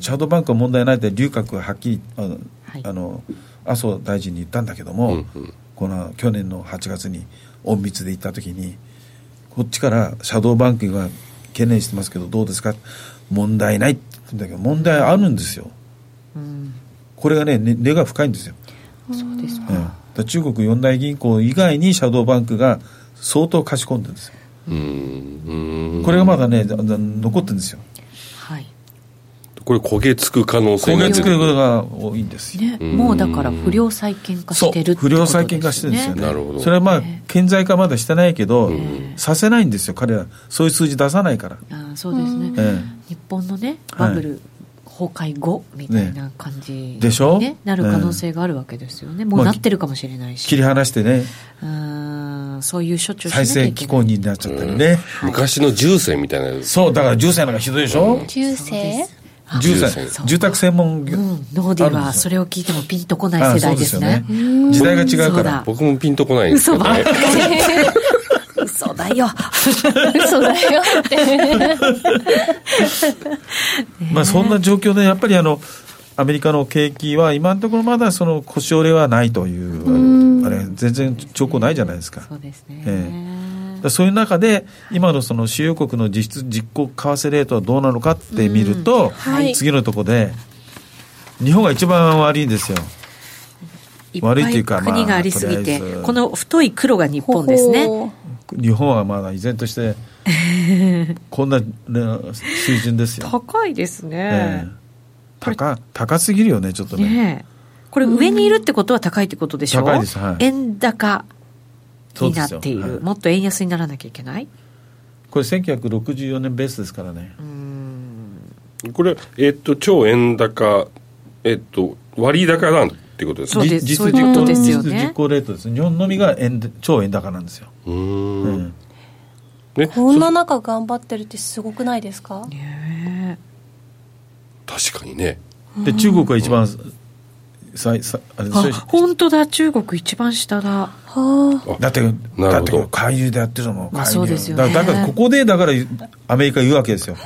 [SPEAKER 2] シャドーバンクは問題ないって龍角がはっきりあの、
[SPEAKER 1] はい
[SPEAKER 2] あの麻生大臣に言ったんだけども、
[SPEAKER 5] うんうん
[SPEAKER 2] この去年の8月に隠密で行った時にこっちからシャドーバンクが懸念してますけどどうですか問題ないって言うんだけど問題あるんですよ
[SPEAKER 1] うん
[SPEAKER 2] これがねね根が深いんですよ、
[SPEAKER 1] そうです
[SPEAKER 2] うん、だから中国四大銀行以外にシャドーバンクが相当貸し込んでるんですよ
[SPEAKER 5] うん
[SPEAKER 2] これがまだねだだ残ってるんですよ
[SPEAKER 1] はい
[SPEAKER 5] これ焦げつく可能性
[SPEAKER 2] 焦
[SPEAKER 5] が
[SPEAKER 2] げ
[SPEAKER 5] 出て
[SPEAKER 2] つ
[SPEAKER 5] く
[SPEAKER 2] く
[SPEAKER 5] る
[SPEAKER 2] ことが多いんですよ、
[SPEAKER 1] ね、もうだから不良債権化してるってこ
[SPEAKER 2] 不
[SPEAKER 1] とですよね
[SPEAKER 2] 良債権化してるんですよね
[SPEAKER 5] なるほど
[SPEAKER 2] それはまあ顕在化まだしてないけど、
[SPEAKER 5] ん
[SPEAKER 2] させないんですよ彼らそういう数字出さないから、
[SPEAKER 1] あーそうですね、
[SPEAKER 2] え
[SPEAKER 1] 日本のね
[SPEAKER 2] は
[SPEAKER 1] バ
[SPEAKER 2] い
[SPEAKER 1] ブル崩壊後みたいな感じに、ね
[SPEAKER 2] でしょ
[SPEAKER 1] なる可能性があるわけですよね、もうなってるかもしれない
[SPEAKER 2] え切
[SPEAKER 1] し、
[SPEAKER 2] り離してね
[SPEAKER 1] うんそういう処置をしな
[SPEAKER 2] 再
[SPEAKER 1] きゃ
[SPEAKER 2] 生
[SPEAKER 1] いけ
[SPEAKER 2] 機
[SPEAKER 1] ない
[SPEAKER 2] 構になっちゃったりね、
[SPEAKER 5] 昔の銃声みたいな
[SPEAKER 2] そうだから重歳なんかひどいでしょ、
[SPEAKER 4] 中世
[SPEAKER 2] 重
[SPEAKER 5] 重
[SPEAKER 2] 歳
[SPEAKER 5] 歳
[SPEAKER 2] 住宅専門業、
[SPEAKER 1] うん、ノーディーはそれを聞いてもピンとこない世代ですね
[SPEAKER 2] あそうですよね時代が違う
[SPEAKER 1] そ
[SPEAKER 2] か
[SPEAKER 1] う
[SPEAKER 2] ら
[SPEAKER 1] だ
[SPEAKER 5] 僕もピンとこないんです
[SPEAKER 1] 嘘
[SPEAKER 5] けど
[SPEAKER 1] ばっ
[SPEAKER 5] ね
[SPEAKER 1] かり嘘だよ
[SPEAKER 4] 嘘だよって
[SPEAKER 2] まあ、そんな状況でやっぱりあのアメリカの景気は今のところまだその腰折れはないというあれ全然兆候ないじゃないですか。
[SPEAKER 1] そうですね、
[SPEAKER 2] えだからそういう中で今のその主要国の実質実行為替レートはどうなのかって見ると、
[SPEAKER 4] はい
[SPEAKER 2] 次のとこで日本が一番悪いんですよ。
[SPEAKER 1] いっぱ
[SPEAKER 2] 悪いという
[SPEAKER 1] い
[SPEAKER 2] かまあ
[SPEAKER 1] 国がありすぎて、
[SPEAKER 2] とりあえず
[SPEAKER 1] この太い黒が日本ですね
[SPEAKER 2] 日本はまだ依然としてこんな、ね、水準ですよ、
[SPEAKER 1] 高いです
[SPEAKER 2] え
[SPEAKER 1] ね
[SPEAKER 2] え。高高すぎるよねちょっとね
[SPEAKER 1] ねえこれ上にいるってことは高いってことでしょ
[SPEAKER 2] 高いですはい
[SPEAKER 1] 円高
[SPEAKER 2] そう
[SPEAKER 1] に
[SPEAKER 2] で
[SPEAKER 1] なっ
[SPEAKER 2] すよ
[SPEAKER 1] ている、
[SPEAKER 2] はい
[SPEAKER 1] もっと円安にならなきゃいけない
[SPEAKER 2] これ1964年ベースですからね、
[SPEAKER 5] これ、えっと、超円高、えっと、割高なんてことです
[SPEAKER 1] そう
[SPEAKER 5] ね。
[SPEAKER 2] じ
[SPEAKER 1] ですそう
[SPEAKER 2] 実
[SPEAKER 1] いうことですよね
[SPEAKER 2] 実実行レートです日本のみが円で超円高なんですよ、
[SPEAKER 5] うー。
[SPEAKER 2] うんん
[SPEAKER 5] ね、
[SPEAKER 4] こんな中頑張ってるってすごくないですか
[SPEAKER 1] ね
[SPEAKER 5] 確かにね。
[SPEAKER 2] で中国は一番、さいさあれ
[SPEAKER 1] え
[SPEAKER 2] です
[SPEAKER 1] あ
[SPEAKER 2] よ
[SPEAKER 1] 本当だ中国一番下だ
[SPEAKER 4] はあ
[SPEAKER 2] だって
[SPEAKER 5] ど
[SPEAKER 2] だって介入でやってるのも介入、
[SPEAKER 1] まあそうですよね
[SPEAKER 2] だだからここでだからアメリカ言うわけですよ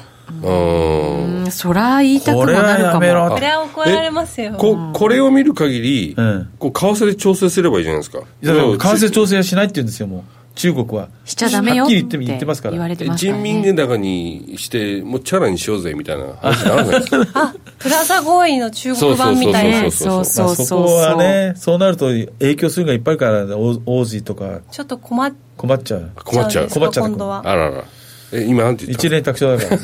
[SPEAKER 5] う
[SPEAKER 1] う
[SPEAKER 5] ーん。
[SPEAKER 1] んそら言いたくも
[SPEAKER 2] これは
[SPEAKER 1] なるか
[SPEAKER 2] や
[SPEAKER 1] も
[SPEAKER 2] めろ
[SPEAKER 4] これは怒られますよ
[SPEAKER 5] ここれを見る限り、
[SPEAKER 2] うん
[SPEAKER 5] こう為替で調整すればいいじゃないですか。
[SPEAKER 2] だから
[SPEAKER 5] 為
[SPEAKER 2] 間
[SPEAKER 5] 替
[SPEAKER 2] 接調整はしないって言うんですよもう中国は
[SPEAKER 1] しちゃダメよ
[SPEAKER 2] は
[SPEAKER 1] っ
[SPEAKER 2] ってき
[SPEAKER 1] 言
[SPEAKER 2] り言って言ってますから
[SPEAKER 1] われてますから、
[SPEAKER 5] 人
[SPEAKER 1] ね、
[SPEAKER 5] 民元高にして、もうチャラにしようぜみたいな話にならないですか。
[SPEAKER 4] プラザ合意の中国版みたいな
[SPEAKER 1] ねそう
[SPEAKER 5] そ
[SPEAKER 1] そうそ
[SPEAKER 2] まあ
[SPEAKER 1] うそう
[SPEAKER 2] そこはねそうなると影響するがいっぱいからオ王子とか
[SPEAKER 4] ちょっと困っ
[SPEAKER 2] 困っちゃう
[SPEAKER 5] 困っ
[SPEAKER 4] ち
[SPEAKER 5] ち
[SPEAKER 4] ゃう
[SPEAKER 5] ゃ
[SPEAKER 4] ん
[SPEAKER 5] う
[SPEAKER 4] です。
[SPEAKER 2] 困
[SPEAKER 4] か
[SPEAKER 2] っちゃう
[SPEAKER 4] 今度は
[SPEAKER 5] あらら。え、今なんて言った
[SPEAKER 2] 一連卓上だ
[SPEAKER 5] (laughs)
[SPEAKER 2] から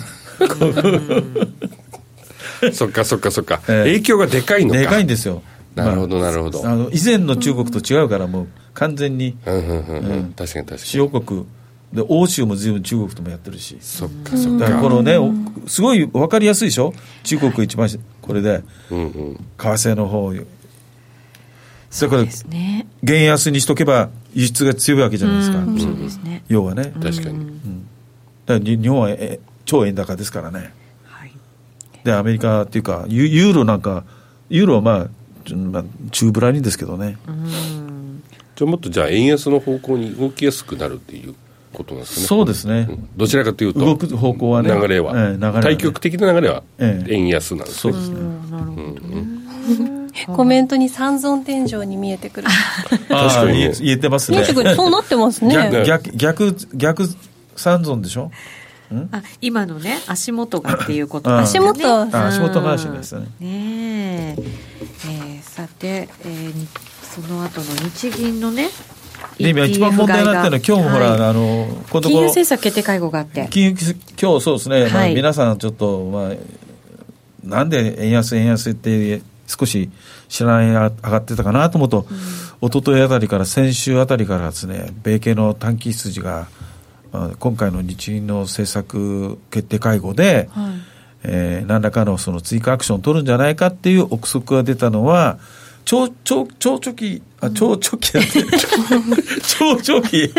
[SPEAKER 5] そっかそっかそっか。
[SPEAKER 2] ええ
[SPEAKER 5] 影響がでかいのか。
[SPEAKER 2] でかいんですよ
[SPEAKER 5] なるほど
[SPEAKER 2] ま
[SPEAKER 5] なるほど。
[SPEAKER 2] あ、あの以前の中国と違うからもう完全に
[SPEAKER 5] うんうんうんう。
[SPEAKER 2] うんん
[SPEAKER 5] 確かに確か
[SPEAKER 2] 主
[SPEAKER 5] に。
[SPEAKER 2] 要国で欧州も随分中国ともやってるし
[SPEAKER 5] そっかそっ
[SPEAKER 2] だからこ
[SPEAKER 5] か。
[SPEAKER 2] のねおすごい分かりやすいでしょ中国一番しこれで
[SPEAKER 5] うんうん。
[SPEAKER 2] 為替の方だから
[SPEAKER 1] ですね
[SPEAKER 2] 原安にしとけば輸出が強いわけじゃないですか、
[SPEAKER 1] うんそうですね、
[SPEAKER 2] 要はね、だか
[SPEAKER 5] 確かに。
[SPEAKER 2] らに日本はえ超円高ですからね
[SPEAKER 1] はい、
[SPEAKER 2] でアメリカっていうかユユーロなんかユーロはまあちょまあ中ぶらりんですけどね、
[SPEAKER 5] じゃあもっとじゃあ円安の方向に動きやすくなるっていうことなんですかね。
[SPEAKER 2] そうですね、
[SPEAKER 5] うんどちらかというと
[SPEAKER 2] 動く方向はね
[SPEAKER 5] 流れは、
[SPEAKER 2] ええ流れはね
[SPEAKER 5] 対極的な流れは
[SPEAKER 2] ええ
[SPEAKER 5] 円安なんです
[SPEAKER 2] そう
[SPEAKER 5] ね、
[SPEAKER 2] ですね、
[SPEAKER 4] コメントに三尊天井に見えてくる
[SPEAKER 2] ああ
[SPEAKER 5] 確かにね
[SPEAKER 2] 言え言えてます
[SPEAKER 4] (laughs) 見
[SPEAKER 2] ね
[SPEAKER 4] えてくるそうなって (laughs) ますね
[SPEAKER 2] 逆逆逆逆三尊でしょ
[SPEAKER 1] あ今のね足元がっていうこと
[SPEAKER 2] うん
[SPEAKER 1] ですね
[SPEAKER 4] 足元
[SPEAKER 1] うん
[SPEAKER 2] あ足元回しですね
[SPEAKER 1] ねええーさて、えーにその後の日銀のね
[SPEAKER 2] で今一番問題になってるのは今日もほら、
[SPEAKER 1] はい
[SPEAKER 2] あのこ
[SPEAKER 1] 金
[SPEAKER 2] のとこ
[SPEAKER 1] 融
[SPEAKER 2] ろ
[SPEAKER 1] 政策決定会合があって
[SPEAKER 2] 金融今日そうですね、ま
[SPEAKER 1] は
[SPEAKER 2] あ、
[SPEAKER 1] い
[SPEAKER 2] 皆さんちょっと、まあ、なんで円安、円安って少し知らない上がってたかなと思うと、一昨日あたりから先週あたりからですね、米系の短期筋が、まあ今回の日銀の政策決定会合で、えー何らかのその追加アクションを取るんじゃないかっていう憶測が出たのは、超、超、超長期、あ、超長期だって、超長期、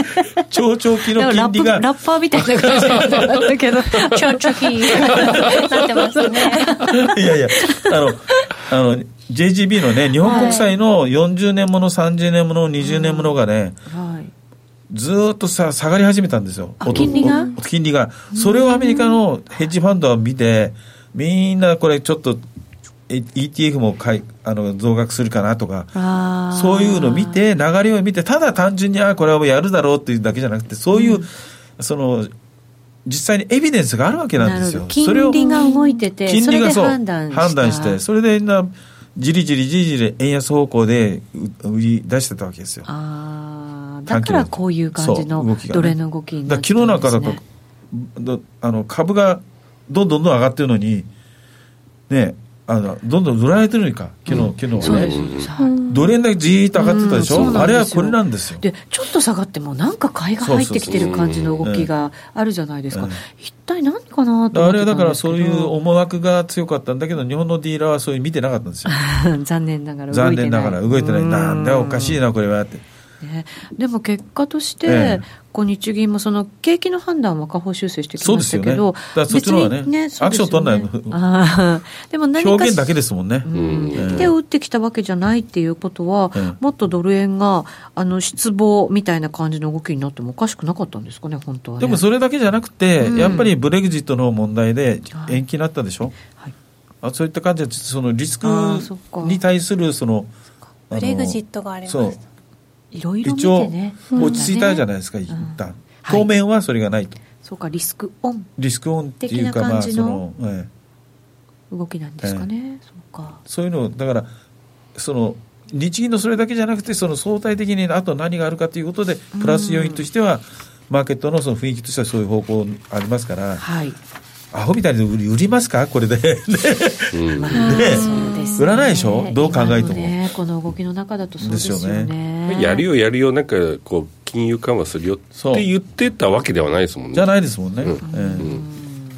[SPEAKER 2] 超長期
[SPEAKER 1] でも
[SPEAKER 2] の
[SPEAKER 1] ラ
[SPEAKER 2] 金
[SPEAKER 1] ッ
[SPEAKER 2] 利
[SPEAKER 1] プ
[SPEAKER 2] が
[SPEAKER 1] ラ、ッパーみたいな感じだった
[SPEAKER 2] (laughs)
[SPEAKER 1] けど
[SPEAKER 4] ちょちょきなってますね
[SPEAKER 2] いやいや、あの、あの、JGB のね、日本国債の40年もの、30年もの、20年ものがね、
[SPEAKER 1] はい
[SPEAKER 2] ずーっとさ下がり始めたんですよ。
[SPEAKER 1] あ
[SPEAKER 2] おと
[SPEAKER 1] 金利が
[SPEAKER 2] お金利が。それをアメリカのヘッジファンドは見て、みんなこれちょっと、え ETF も買いあの増額するかなとか、
[SPEAKER 1] あー
[SPEAKER 2] そういうのを見て、流れを見て、ただ単純に、あこれはもうやるだろうっていうだけじゃなくて、そういう、その、実際にエビデンスがあるわけなんですよ。
[SPEAKER 1] るほど
[SPEAKER 2] それを
[SPEAKER 1] 金利が動いてて
[SPEAKER 2] 金
[SPEAKER 1] そ
[SPEAKER 2] 利
[SPEAKER 1] れ
[SPEAKER 2] が
[SPEAKER 1] で
[SPEAKER 2] そう
[SPEAKER 1] 判断した
[SPEAKER 2] してそれでみんなじりじりじりじり円安方向でう売り出してたわけですよだか
[SPEAKER 1] あーだからこういう感じの
[SPEAKER 2] そう動きがね
[SPEAKER 1] 奴隷の動きになっ
[SPEAKER 2] ら昨
[SPEAKER 1] て
[SPEAKER 2] 日
[SPEAKER 1] るん
[SPEAKER 2] なん
[SPEAKER 1] で
[SPEAKER 2] か
[SPEAKER 1] す
[SPEAKER 2] だ
[SPEAKER 1] ね
[SPEAKER 2] からどあの株がどんどんどん上がってるのにねあのどんどん売られてるのにか昨日、昨日
[SPEAKER 1] そう
[SPEAKER 2] は
[SPEAKER 1] です
[SPEAKER 2] ね
[SPEAKER 1] そうですはい
[SPEAKER 2] どれだけじーっと上がってたでしょ、
[SPEAKER 1] うんそうなんですよ
[SPEAKER 2] あれはこれなんですよ
[SPEAKER 1] でちょっと下がってもなんか買いが入ってきてる感じの動きがあるじゃないですか、
[SPEAKER 2] うん
[SPEAKER 1] 一体何かなと思
[SPEAKER 2] あ
[SPEAKER 1] っ
[SPEAKER 2] れ
[SPEAKER 1] て
[SPEAKER 2] はだ
[SPEAKER 1] たん
[SPEAKER 2] から
[SPEAKER 1] ですけ
[SPEAKER 2] そ
[SPEAKER 1] ど
[SPEAKER 2] ういう思惑が強かったんだけど日本のディーラーはそういう見てなかったんですよ
[SPEAKER 1] (laughs) 残念ながら動
[SPEAKER 2] 残
[SPEAKER 1] いてない
[SPEAKER 2] 念ながら動いてないなんだおかしい
[SPEAKER 1] な、
[SPEAKER 2] なこれはって
[SPEAKER 1] ね、でも結果として、
[SPEAKER 2] ええ
[SPEAKER 1] こう日銀もその景気の判断は下方修正してきましたけど
[SPEAKER 2] そうですよねだからそっちの方がね
[SPEAKER 1] 別にそう
[SPEAKER 2] アクション取らない
[SPEAKER 1] ですよねあーでも何かし
[SPEAKER 2] 表現だけですもんね、
[SPEAKER 1] うん
[SPEAKER 2] ええ
[SPEAKER 1] 手を打ってきたわけじゃないっていうことは、
[SPEAKER 2] ええ
[SPEAKER 1] もっとドル円があの失望みたいな感じの動きになってもおかしくなかったんですかね、本当は、ね。
[SPEAKER 2] でもそれだけじゃなくて、
[SPEAKER 1] うん
[SPEAKER 2] やっぱりブレグジットの問題で
[SPEAKER 1] はい
[SPEAKER 2] 延期になったでしょ、
[SPEAKER 1] はい
[SPEAKER 2] あそういった感じでそのリスク
[SPEAKER 1] あーそっか
[SPEAKER 2] に対するそのあの
[SPEAKER 4] ブレグジットがありま
[SPEAKER 2] そう
[SPEAKER 4] す
[SPEAKER 1] いろいろ見
[SPEAKER 2] 一
[SPEAKER 1] て
[SPEAKER 2] 応
[SPEAKER 1] ね。。
[SPEAKER 2] 落ち着いたじゃないいですか、一旦、
[SPEAKER 1] はい
[SPEAKER 2] 当面はそれがないと
[SPEAKER 1] そうか、リスクオン
[SPEAKER 2] リスクオンっていうか
[SPEAKER 1] 的な
[SPEAKER 2] ま
[SPEAKER 1] 感
[SPEAKER 2] あ
[SPEAKER 1] じ
[SPEAKER 2] そ
[SPEAKER 1] の
[SPEAKER 2] の、ええ
[SPEAKER 1] 動きなんですかね。そうか。
[SPEAKER 2] そういうのをだからその日銀のそれだけじゃなくてその相対的にあと何があるかということでプラス要因としては、マーケットのその雰囲気としてはそういう方向ありますから、
[SPEAKER 1] はい。
[SPEAKER 2] アホみたいに売り売りますかこれでね
[SPEAKER 5] うん
[SPEAKER 1] まあ、
[SPEAKER 2] ね
[SPEAKER 1] そうですね
[SPEAKER 2] 売らないでしょどう考えても
[SPEAKER 1] 今のね、この動きの中だとそうですよね。
[SPEAKER 2] ですよ
[SPEAKER 5] やるよやるよなんかこう金融緩和するよっ
[SPEAKER 2] そう
[SPEAKER 5] て言ってたわけではないですもんね
[SPEAKER 2] じゃないですもんね、
[SPEAKER 5] うん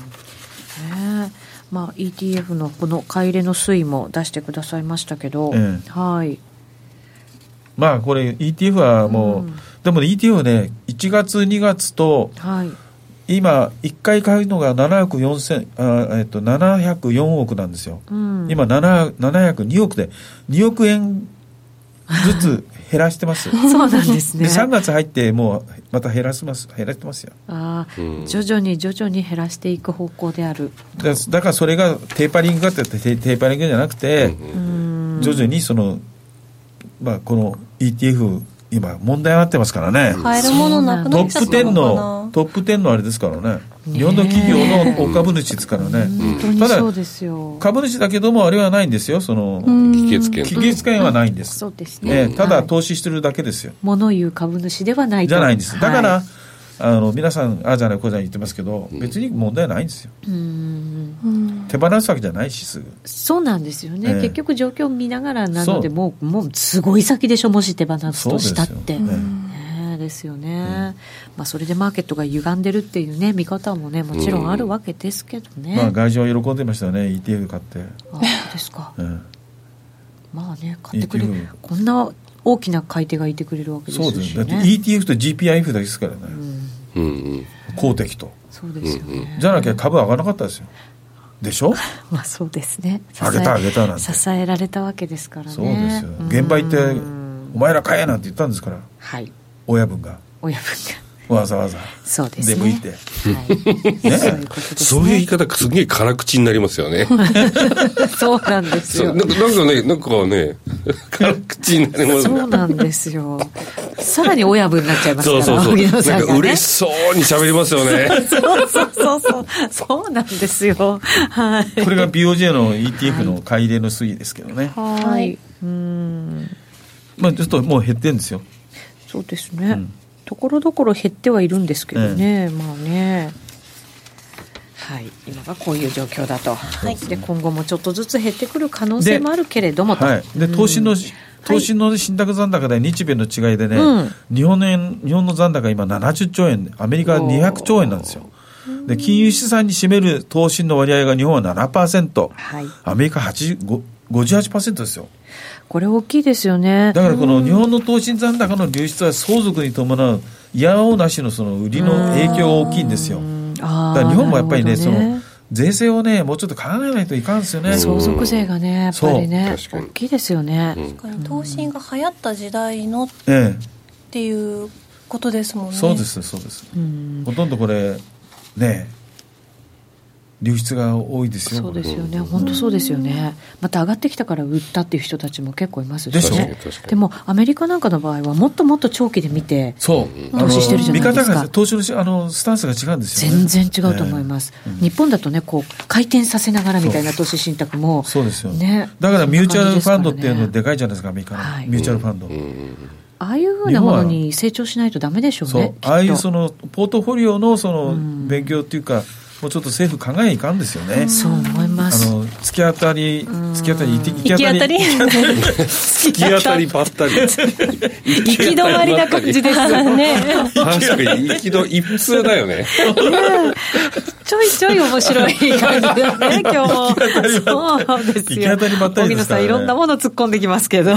[SPEAKER 2] ええ
[SPEAKER 1] ねまあ、ETF のこの買い入れの推移も出してくださいましたけど、
[SPEAKER 2] え
[SPEAKER 1] はい。
[SPEAKER 2] まあこれ ETF は
[SPEAKER 1] う
[SPEAKER 2] もう、
[SPEAKER 1] ん
[SPEAKER 2] でもね ETF ね1月2月と
[SPEAKER 1] はい。
[SPEAKER 2] 今1回買うのが7億4千あ、えっと、704億なんですよ、
[SPEAKER 1] うん。
[SPEAKER 2] 今7 702億で2億円ずつ減らしてます
[SPEAKER 1] そうなんです
[SPEAKER 2] で
[SPEAKER 1] ね。
[SPEAKER 2] 3月入ってもうまた減らします減らしてますよ
[SPEAKER 1] ああ、
[SPEAKER 5] うん
[SPEAKER 1] 徐々に徐々に減らしていく方向である。
[SPEAKER 2] だだからそれがテーパリングかって言ってテテーパリングじゃなくて、
[SPEAKER 1] うん
[SPEAKER 2] 徐々にその、まあ、この ETF 今問題になってますからね、
[SPEAKER 4] 買えるものなく
[SPEAKER 2] ト
[SPEAKER 4] な
[SPEAKER 2] ッ
[SPEAKER 4] っちゃっ
[SPEAKER 2] プ
[SPEAKER 4] た
[SPEAKER 2] 10
[SPEAKER 4] のかな
[SPEAKER 2] のトップ10のあれですからね
[SPEAKER 1] え
[SPEAKER 2] 日本の企業のお株主ですからね、
[SPEAKER 1] 本当にそうですよ。
[SPEAKER 2] 株主だけどもあれはないんですよその、
[SPEAKER 5] 議決権
[SPEAKER 2] 企業使いはないんです、
[SPEAKER 1] そうですね。
[SPEAKER 2] ええた
[SPEAKER 1] は
[SPEAKER 2] だ
[SPEAKER 1] い
[SPEAKER 2] 投資してるだけですよ
[SPEAKER 1] 物言う株主ではないと
[SPEAKER 2] じゃないんです。だから、
[SPEAKER 1] はい
[SPEAKER 2] あの皆さんああじゃないこうじゃない言ってますけど、
[SPEAKER 5] ん
[SPEAKER 2] 別に問題ないんですよ。
[SPEAKER 1] うん
[SPEAKER 4] うん
[SPEAKER 2] 手放すわけじゃないしすぐ。
[SPEAKER 1] そうなんですよね、
[SPEAKER 2] ええ
[SPEAKER 1] 結局状況を見ながらなので
[SPEAKER 2] そう
[SPEAKER 1] もうもうすごい先でしょもし手放すとしたっ
[SPEAKER 2] そう
[SPEAKER 1] て
[SPEAKER 2] ですよえ
[SPEAKER 1] ねえですよね、まあ、それでマーケットが歪んでるっていうね見方もねもちろんあるわけですけどね、
[SPEAKER 2] まあ外人は喜んでましたよね ETF 買って。
[SPEAKER 1] あそうですか
[SPEAKER 2] うん
[SPEAKER 1] まあね買ってくれ
[SPEAKER 2] ETF
[SPEAKER 1] こんな大きな買い手がいてくれるわけで
[SPEAKER 2] そうです
[SPEAKER 1] し
[SPEAKER 2] よ。だって
[SPEAKER 1] ね
[SPEAKER 2] ETF と GPIF だけですからね。
[SPEAKER 5] うんうん
[SPEAKER 2] 公的と。
[SPEAKER 1] そうですよね、
[SPEAKER 2] じゃなきゃ株上がらなかったですよ。でしょ
[SPEAKER 1] まあそうですね支え
[SPEAKER 2] 上げた上げたなんて
[SPEAKER 1] 支えられたわけですからね
[SPEAKER 2] そうですよ
[SPEAKER 1] う。ん
[SPEAKER 2] 現場行って、お前ら買えなんて言ったんですから、
[SPEAKER 1] はい
[SPEAKER 2] 親分が。
[SPEAKER 1] 親分が
[SPEAKER 2] わざわざ。
[SPEAKER 1] そうですね。
[SPEAKER 2] 出向いて (laughs)
[SPEAKER 1] はい。そういうことです
[SPEAKER 5] そういう言い
[SPEAKER 1] ね。
[SPEAKER 5] 方すげえ辛口になりますよね
[SPEAKER 1] そうなんです
[SPEAKER 5] そう
[SPEAKER 1] よ
[SPEAKER 5] な。んかなんかねなんかね (laughs) 辛口になります
[SPEAKER 1] そうなんですよ。さらに親分になっちゃいますか
[SPEAKER 5] そう
[SPEAKER 1] ら、
[SPEAKER 5] そうそう。
[SPEAKER 1] 荻野さ
[SPEAKER 5] なんん
[SPEAKER 1] が
[SPEAKER 5] か
[SPEAKER 1] ね
[SPEAKER 5] 嬉し。そうに喋ります
[SPEAKER 2] (laughs)
[SPEAKER 5] よね。
[SPEAKER 1] そうそうそうそう。そうなんですよ。はい。
[SPEAKER 2] これが BOJ の ETF の買い入れの推移ですけどね。
[SPEAKER 1] はい。うん。
[SPEAKER 2] まあちょっともう減ってんですよ。
[SPEAKER 1] そうですね。ところどころ減ってはいるんですけどね、まあね。はい、今がこういう状況だと、はい、で今後もちょっとずつ減ってくる可能性もあるけれどもと、
[SPEAKER 2] はい、で投資の、投資の信託残高で日米の違いでね、
[SPEAKER 1] うん
[SPEAKER 2] 日本の円日本の残高が今70兆円でアメリカは200兆円なんですよで金融資産に占める投資の割合が日本は7%、
[SPEAKER 1] はい、
[SPEAKER 2] アメリカ85 58%ですよ
[SPEAKER 1] これ大きいですよね
[SPEAKER 2] だ。からこの日本の投資残高の流出は相続に伴ういやおうなしのその売りの影響が大きいんですよだ
[SPEAKER 1] あ
[SPEAKER 2] か
[SPEAKER 1] ー
[SPEAKER 2] ら日本もやっぱりね
[SPEAKER 1] なる
[SPEAKER 2] そ
[SPEAKER 1] ほど
[SPEAKER 2] の税制をねもうちょっと考えないといかんですよね
[SPEAKER 1] 相続税がねやっぱりね
[SPEAKER 5] そう確か
[SPEAKER 1] 大
[SPEAKER 5] に
[SPEAKER 1] きいですよね、
[SPEAKER 4] 確かに投資が流行った時代のっ
[SPEAKER 2] ええ
[SPEAKER 4] ていうことですもんね
[SPEAKER 2] そうですそうです
[SPEAKER 1] うん
[SPEAKER 2] ほとんどこれね流出が多いですよ
[SPEAKER 1] そう
[SPEAKER 2] これ
[SPEAKER 1] ですよね本当そうですよねまた上がってきたから売ったっていう人たちも結構います
[SPEAKER 2] でし
[SPEAKER 1] し
[SPEAKER 2] ょ
[SPEAKER 1] ね
[SPEAKER 5] 確かに確かに
[SPEAKER 1] でもアメリカなんかの場合はもっともっと長期で見て
[SPEAKER 2] そうあの
[SPEAKER 1] 投資してるじゃないですか
[SPEAKER 2] 見方が投資のしあのスタンスが違うんですよ、ね、
[SPEAKER 1] 全然違うと思います、日本だとねこう回転させながらみたいな投資信託も
[SPEAKER 2] そうですよ
[SPEAKER 1] ね
[SPEAKER 2] だからミューチャルファンドってい
[SPEAKER 1] そん
[SPEAKER 2] う
[SPEAKER 1] な感じですからね
[SPEAKER 2] のでかいじゃないですかアメリカの、
[SPEAKER 1] はい
[SPEAKER 2] ミューチャルファンド、
[SPEAKER 1] ああいうふうなものに成長しないとダメでしょう
[SPEAKER 2] そう
[SPEAKER 1] ねきっと
[SPEAKER 2] ああいうそのポートフォリオのその勉強っていうか、もうちょっと政府考えいかんですよね、
[SPEAKER 1] そう思いま
[SPEAKER 2] あ
[SPEAKER 1] す
[SPEAKER 2] の突き当たり突き当たり行き
[SPEAKER 4] 行き当たり
[SPEAKER 5] 行き当たりば
[SPEAKER 2] (laughs)
[SPEAKER 5] ったり。
[SPEAKER 1] 行き止まりな感じですよ (laughs) ね
[SPEAKER 5] 確かに行きど一通だよね。
[SPEAKER 1] ちょいちょい面白い感じです (laughs) ね、今日も。そうですよ。
[SPEAKER 2] 行き当たりばったり
[SPEAKER 1] 荻
[SPEAKER 2] で
[SPEAKER 1] 野
[SPEAKER 2] す
[SPEAKER 1] さ
[SPEAKER 2] か
[SPEAKER 1] ん、
[SPEAKER 2] らね
[SPEAKER 1] いろんなもの突っ込んできますけど。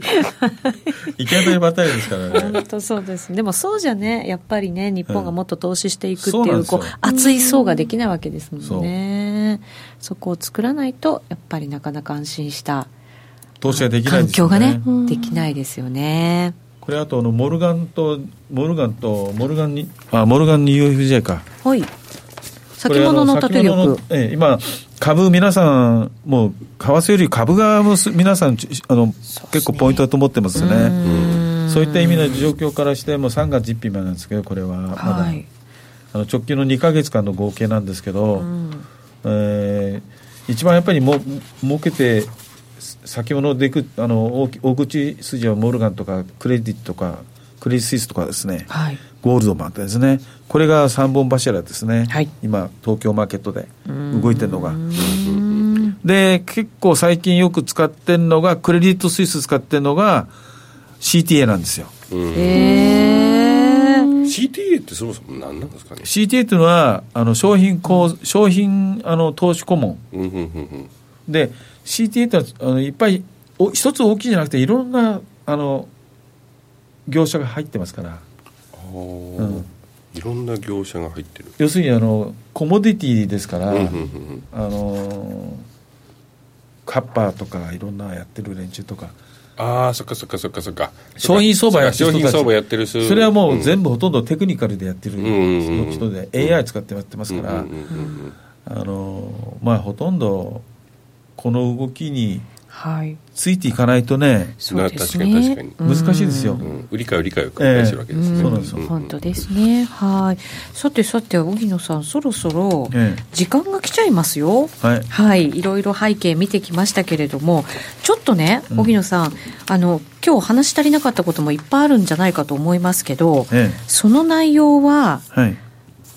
[SPEAKER 2] 行き当たりばったりですからね
[SPEAKER 1] (laughs) 本当そうです。でもそうじゃね、やっぱりね、日本がもっと投資していくって
[SPEAKER 2] うん
[SPEAKER 1] い
[SPEAKER 2] そうなん
[SPEAKER 1] う、
[SPEAKER 2] ですよ
[SPEAKER 1] こう、熱い層ができないわけですもんね。そこを作らないと、やっぱりなかなか安心した
[SPEAKER 2] 投資ができない
[SPEAKER 1] 環
[SPEAKER 2] んです
[SPEAKER 1] 境
[SPEAKER 2] よ
[SPEAKER 1] がね
[SPEAKER 4] ん、
[SPEAKER 1] できないですよね。
[SPEAKER 2] これあとあのモルガンとモルガンとモルガンにあモルガンに UFJ か
[SPEAKER 1] はい。
[SPEAKER 2] こ
[SPEAKER 1] 先
[SPEAKER 2] れあ
[SPEAKER 1] 物
[SPEAKER 2] の
[SPEAKER 1] の縦
[SPEAKER 2] 先物
[SPEAKER 1] 力
[SPEAKER 2] の。ええ今株皆さんもう為替より株がもうす皆さんちあの、結構ポイントだと思ってますねそういった意味の状況からしてもう3月1日までなんですけどこれはまだ、
[SPEAKER 1] はい。
[SPEAKER 2] あの直近の2か月間の合計なんですけど、
[SPEAKER 1] うん
[SPEAKER 2] えー一番やっぱりも儲けて先物でいくあの大き大口筋はモルガンとかクレディットとかクレディ・スイスとかですね、
[SPEAKER 1] はい。
[SPEAKER 2] ゴールドマンですねこれが3本柱ですね、
[SPEAKER 1] はい
[SPEAKER 2] 今東京マーケットで動いてるのがで結構最近よく使ってるのがクレディットスイス使ってるのが CTA なんですよ
[SPEAKER 1] へえ。
[SPEAKER 5] CTA ってそもそも何なんですかね
[SPEAKER 2] CTA というのはあの商品こう商品あの投資顧問
[SPEAKER 5] うんうんうん
[SPEAKER 2] で CTA というのはあのいっぱいお一つ大きいじゃなくていろんなあの業者が入ってますから
[SPEAKER 5] うん
[SPEAKER 2] う
[SPEAKER 5] あ
[SPEAKER 2] ん
[SPEAKER 5] あいろんな業者が入ってる
[SPEAKER 2] 要するにあのコモディティですから、
[SPEAKER 5] うんうんうん
[SPEAKER 2] あのーカッパーとかいろんなやってる連中とか
[SPEAKER 5] ああそっかそっかそっかそっか
[SPEAKER 2] 商品相場やってる
[SPEAKER 5] 商
[SPEAKER 2] 人
[SPEAKER 5] 品
[SPEAKER 2] たち
[SPEAKER 5] 相場やってる人
[SPEAKER 2] それはもう
[SPEAKER 5] 部
[SPEAKER 2] 全部ほとんどテクニカルでやってる
[SPEAKER 5] うんうんうんうん
[SPEAKER 2] 人で AI 使ってやってますからあのーまあほとんどこの動きに
[SPEAKER 1] はい。
[SPEAKER 2] ついていかないとね
[SPEAKER 1] そうですね。
[SPEAKER 5] な確かに確か
[SPEAKER 2] 難しいですよ
[SPEAKER 5] うん、売り買い売り買いを繰り返してるわけですね、
[SPEAKER 2] ええそうなんですよ
[SPEAKER 1] 本当ですね。はい。さてさて、荻野さん、そろそろ
[SPEAKER 2] ええ
[SPEAKER 1] 時間が来ちゃいますよ。
[SPEAKER 2] はい
[SPEAKER 1] はい、いろいろ背景見てきましたけれども、ちょっとね、
[SPEAKER 2] うん
[SPEAKER 1] 荻野さん、あの今日話し足りなかったこともいっぱいあるんじゃないかと思いますけど、
[SPEAKER 2] ええ
[SPEAKER 1] その内容は
[SPEAKER 2] はい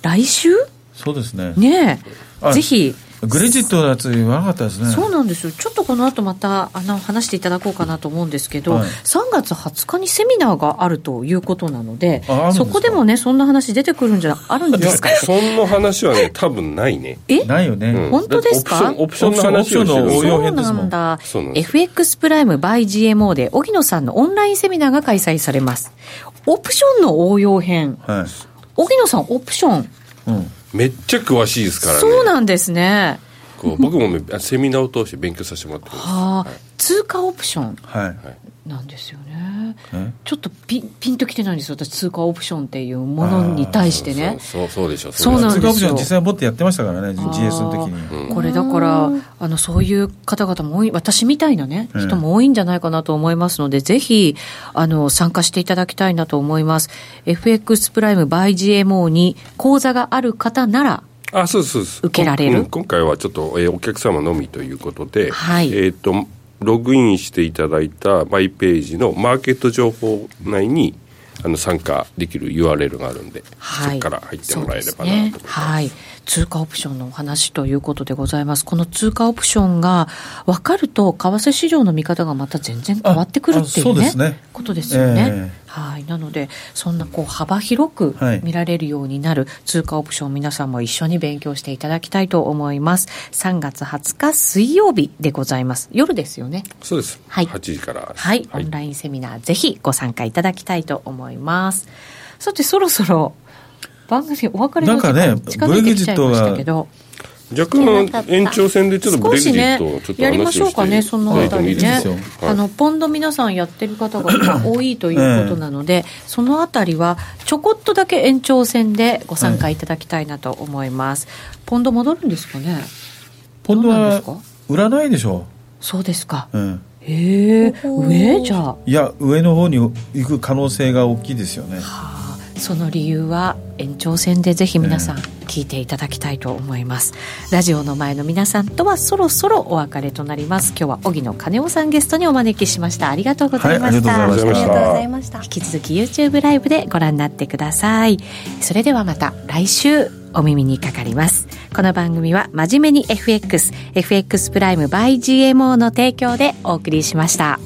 [SPEAKER 1] 来週
[SPEAKER 2] そうですね
[SPEAKER 1] ねえ、
[SPEAKER 2] あ
[SPEAKER 1] ぜひ。
[SPEAKER 2] グレジットのやつ言わなかったですね
[SPEAKER 1] そうなんですよちょっとこの後またあの話していただこうかなと思うんですけど、
[SPEAKER 2] はい
[SPEAKER 1] 3月20日にセミナーがあるということなので
[SPEAKER 2] ああるんです
[SPEAKER 1] そ
[SPEAKER 2] か
[SPEAKER 1] こでもねそんな話出てくるんじゃあるんですか
[SPEAKER 5] そんな話はね多分ないね、
[SPEAKER 1] え
[SPEAKER 2] ないよね、
[SPEAKER 5] うん
[SPEAKER 1] 本当ですか
[SPEAKER 5] だってオプションオプションの話をして
[SPEAKER 2] オプションの応
[SPEAKER 5] る
[SPEAKER 2] 用
[SPEAKER 1] そう
[SPEAKER 2] 編です
[SPEAKER 1] な
[SPEAKER 2] もん
[SPEAKER 1] んだ
[SPEAKER 5] そうなんです
[SPEAKER 1] FX プライム by GMO で荻野さんのオンラインセミナーが開催されますオプションの応用編
[SPEAKER 2] はい、
[SPEAKER 1] 荻野さんオプション
[SPEAKER 2] うん、
[SPEAKER 5] めっちゃ詳しいですからね
[SPEAKER 1] そうなんですね (laughs)
[SPEAKER 5] こう僕もめあセミナーを通して勉強させてもらってます
[SPEAKER 1] はあ通貨オプション
[SPEAKER 2] はい
[SPEAKER 1] なんですよね
[SPEAKER 2] え
[SPEAKER 1] ちょっとピンピンときてないんですよ私通貨オプションっていうものに対してね
[SPEAKER 5] そうそうそうでしょ
[SPEAKER 1] そうなん
[SPEAKER 2] 通
[SPEAKER 1] です
[SPEAKER 2] 貨
[SPEAKER 1] よ
[SPEAKER 2] オプション実際持ってやってましたからね GS の時
[SPEAKER 1] あ
[SPEAKER 2] に
[SPEAKER 1] ーこれだからあのそういう方々も多い私みたいなね
[SPEAKER 2] うん
[SPEAKER 1] 人も多いんじゃないかなと思いますので、ぜひあの参加していただきたいなと思います FX プライム by GMO に口座がある方なら
[SPEAKER 5] あそうですそうです
[SPEAKER 1] 受けられる
[SPEAKER 5] うん今回はちょっと、えーお客様のみということで、
[SPEAKER 1] はい
[SPEAKER 5] えっ、とログインしていただいたマイページのマーケット情報内にあの参加できる URL があるんで、
[SPEAKER 1] はい、
[SPEAKER 5] そこから入ってもらえれ
[SPEAKER 1] そ
[SPEAKER 5] ばなと
[SPEAKER 1] う
[SPEAKER 5] 思い
[SPEAKER 1] で
[SPEAKER 5] ま
[SPEAKER 1] ね
[SPEAKER 5] す
[SPEAKER 1] はい、通貨オプションのお話ということでございますこの通貨オプションが分かると為替市場の見方がまた全然変わってくるってい
[SPEAKER 2] ああそううで
[SPEAKER 1] ね
[SPEAKER 2] すね
[SPEAKER 1] ことですよね、
[SPEAKER 2] ええ
[SPEAKER 1] はい、なのでそんなこう幅広く
[SPEAKER 2] はい
[SPEAKER 1] 見られるようになる通貨オプション皆さんも一緒に勉強していただきたいと思います3月20日水曜日でございます夜ですよね
[SPEAKER 5] そうです、
[SPEAKER 1] はい
[SPEAKER 5] 8時から
[SPEAKER 1] はい、オンラインセミナー、ぜひご参加いただきたいと思います。さて、そろそろ番組お別れの時
[SPEAKER 2] なん
[SPEAKER 1] 間
[SPEAKER 2] かね
[SPEAKER 1] 近づいてきちゃいましたけど、
[SPEAKER 5] 若干延長戦でちょっとブ
[SPEAKER 1] 少し
[SPEAKER 5] レグジッ
[SPEAKER 1] ね
[SPEAKER 5] トをちょっ、と
[SPEAKER 1] やりま
[SPEAKER 5] 話
[SPEAKER 1] しょ
[SPEAKER 5] を
[SPEAKER 1] う
[SPEAKER 5] して
[SPEAKER 1] かね、そのあたり
[SPEAKER 5] いただ
[SPEAKER 1] ね
[SPEAKER 5] いてもいいです。か
[SPEAKER 1] あの、ポンド皆さんやってる方が今多いということなので、そのあたりはちょこっとだけ延長戦でご参加いただきたいなと思います。ポンド戻るんですかね
[SPEAKER 2] ポンド
[SPEAKER 1] どうなん
[SPEAKER 2] は
[SPEAKER 1] ですか
[SPEAKER 2] 売らないでしょ
[SPEAKER 1] そうですか。
[SPEAKER 2] う、うん、
[SPEAKER 1] へえ、上じゃあ。
[SPEAKER 2] いや上の方に行く可能性が大きいですよね
[SPEAKER 1] あーその理由は延長戦でぜひ皆さん聞いていただきたいと思います、ラジオの前の皆さんとはそろそろお別れとなります今日は荻野金夫さんゲストにお招きしましたありがとうございました、
[SPEAKER 2] はいありがとうございました
[SPEAKER 4] ありがとうございました
[SPEAKER 1] 引き続き YouTube ライブでご覧になってくださいそれではまた来週お耳にかかりますこの番組は真面目に FXFX プライム by GMO の提供でお送りしました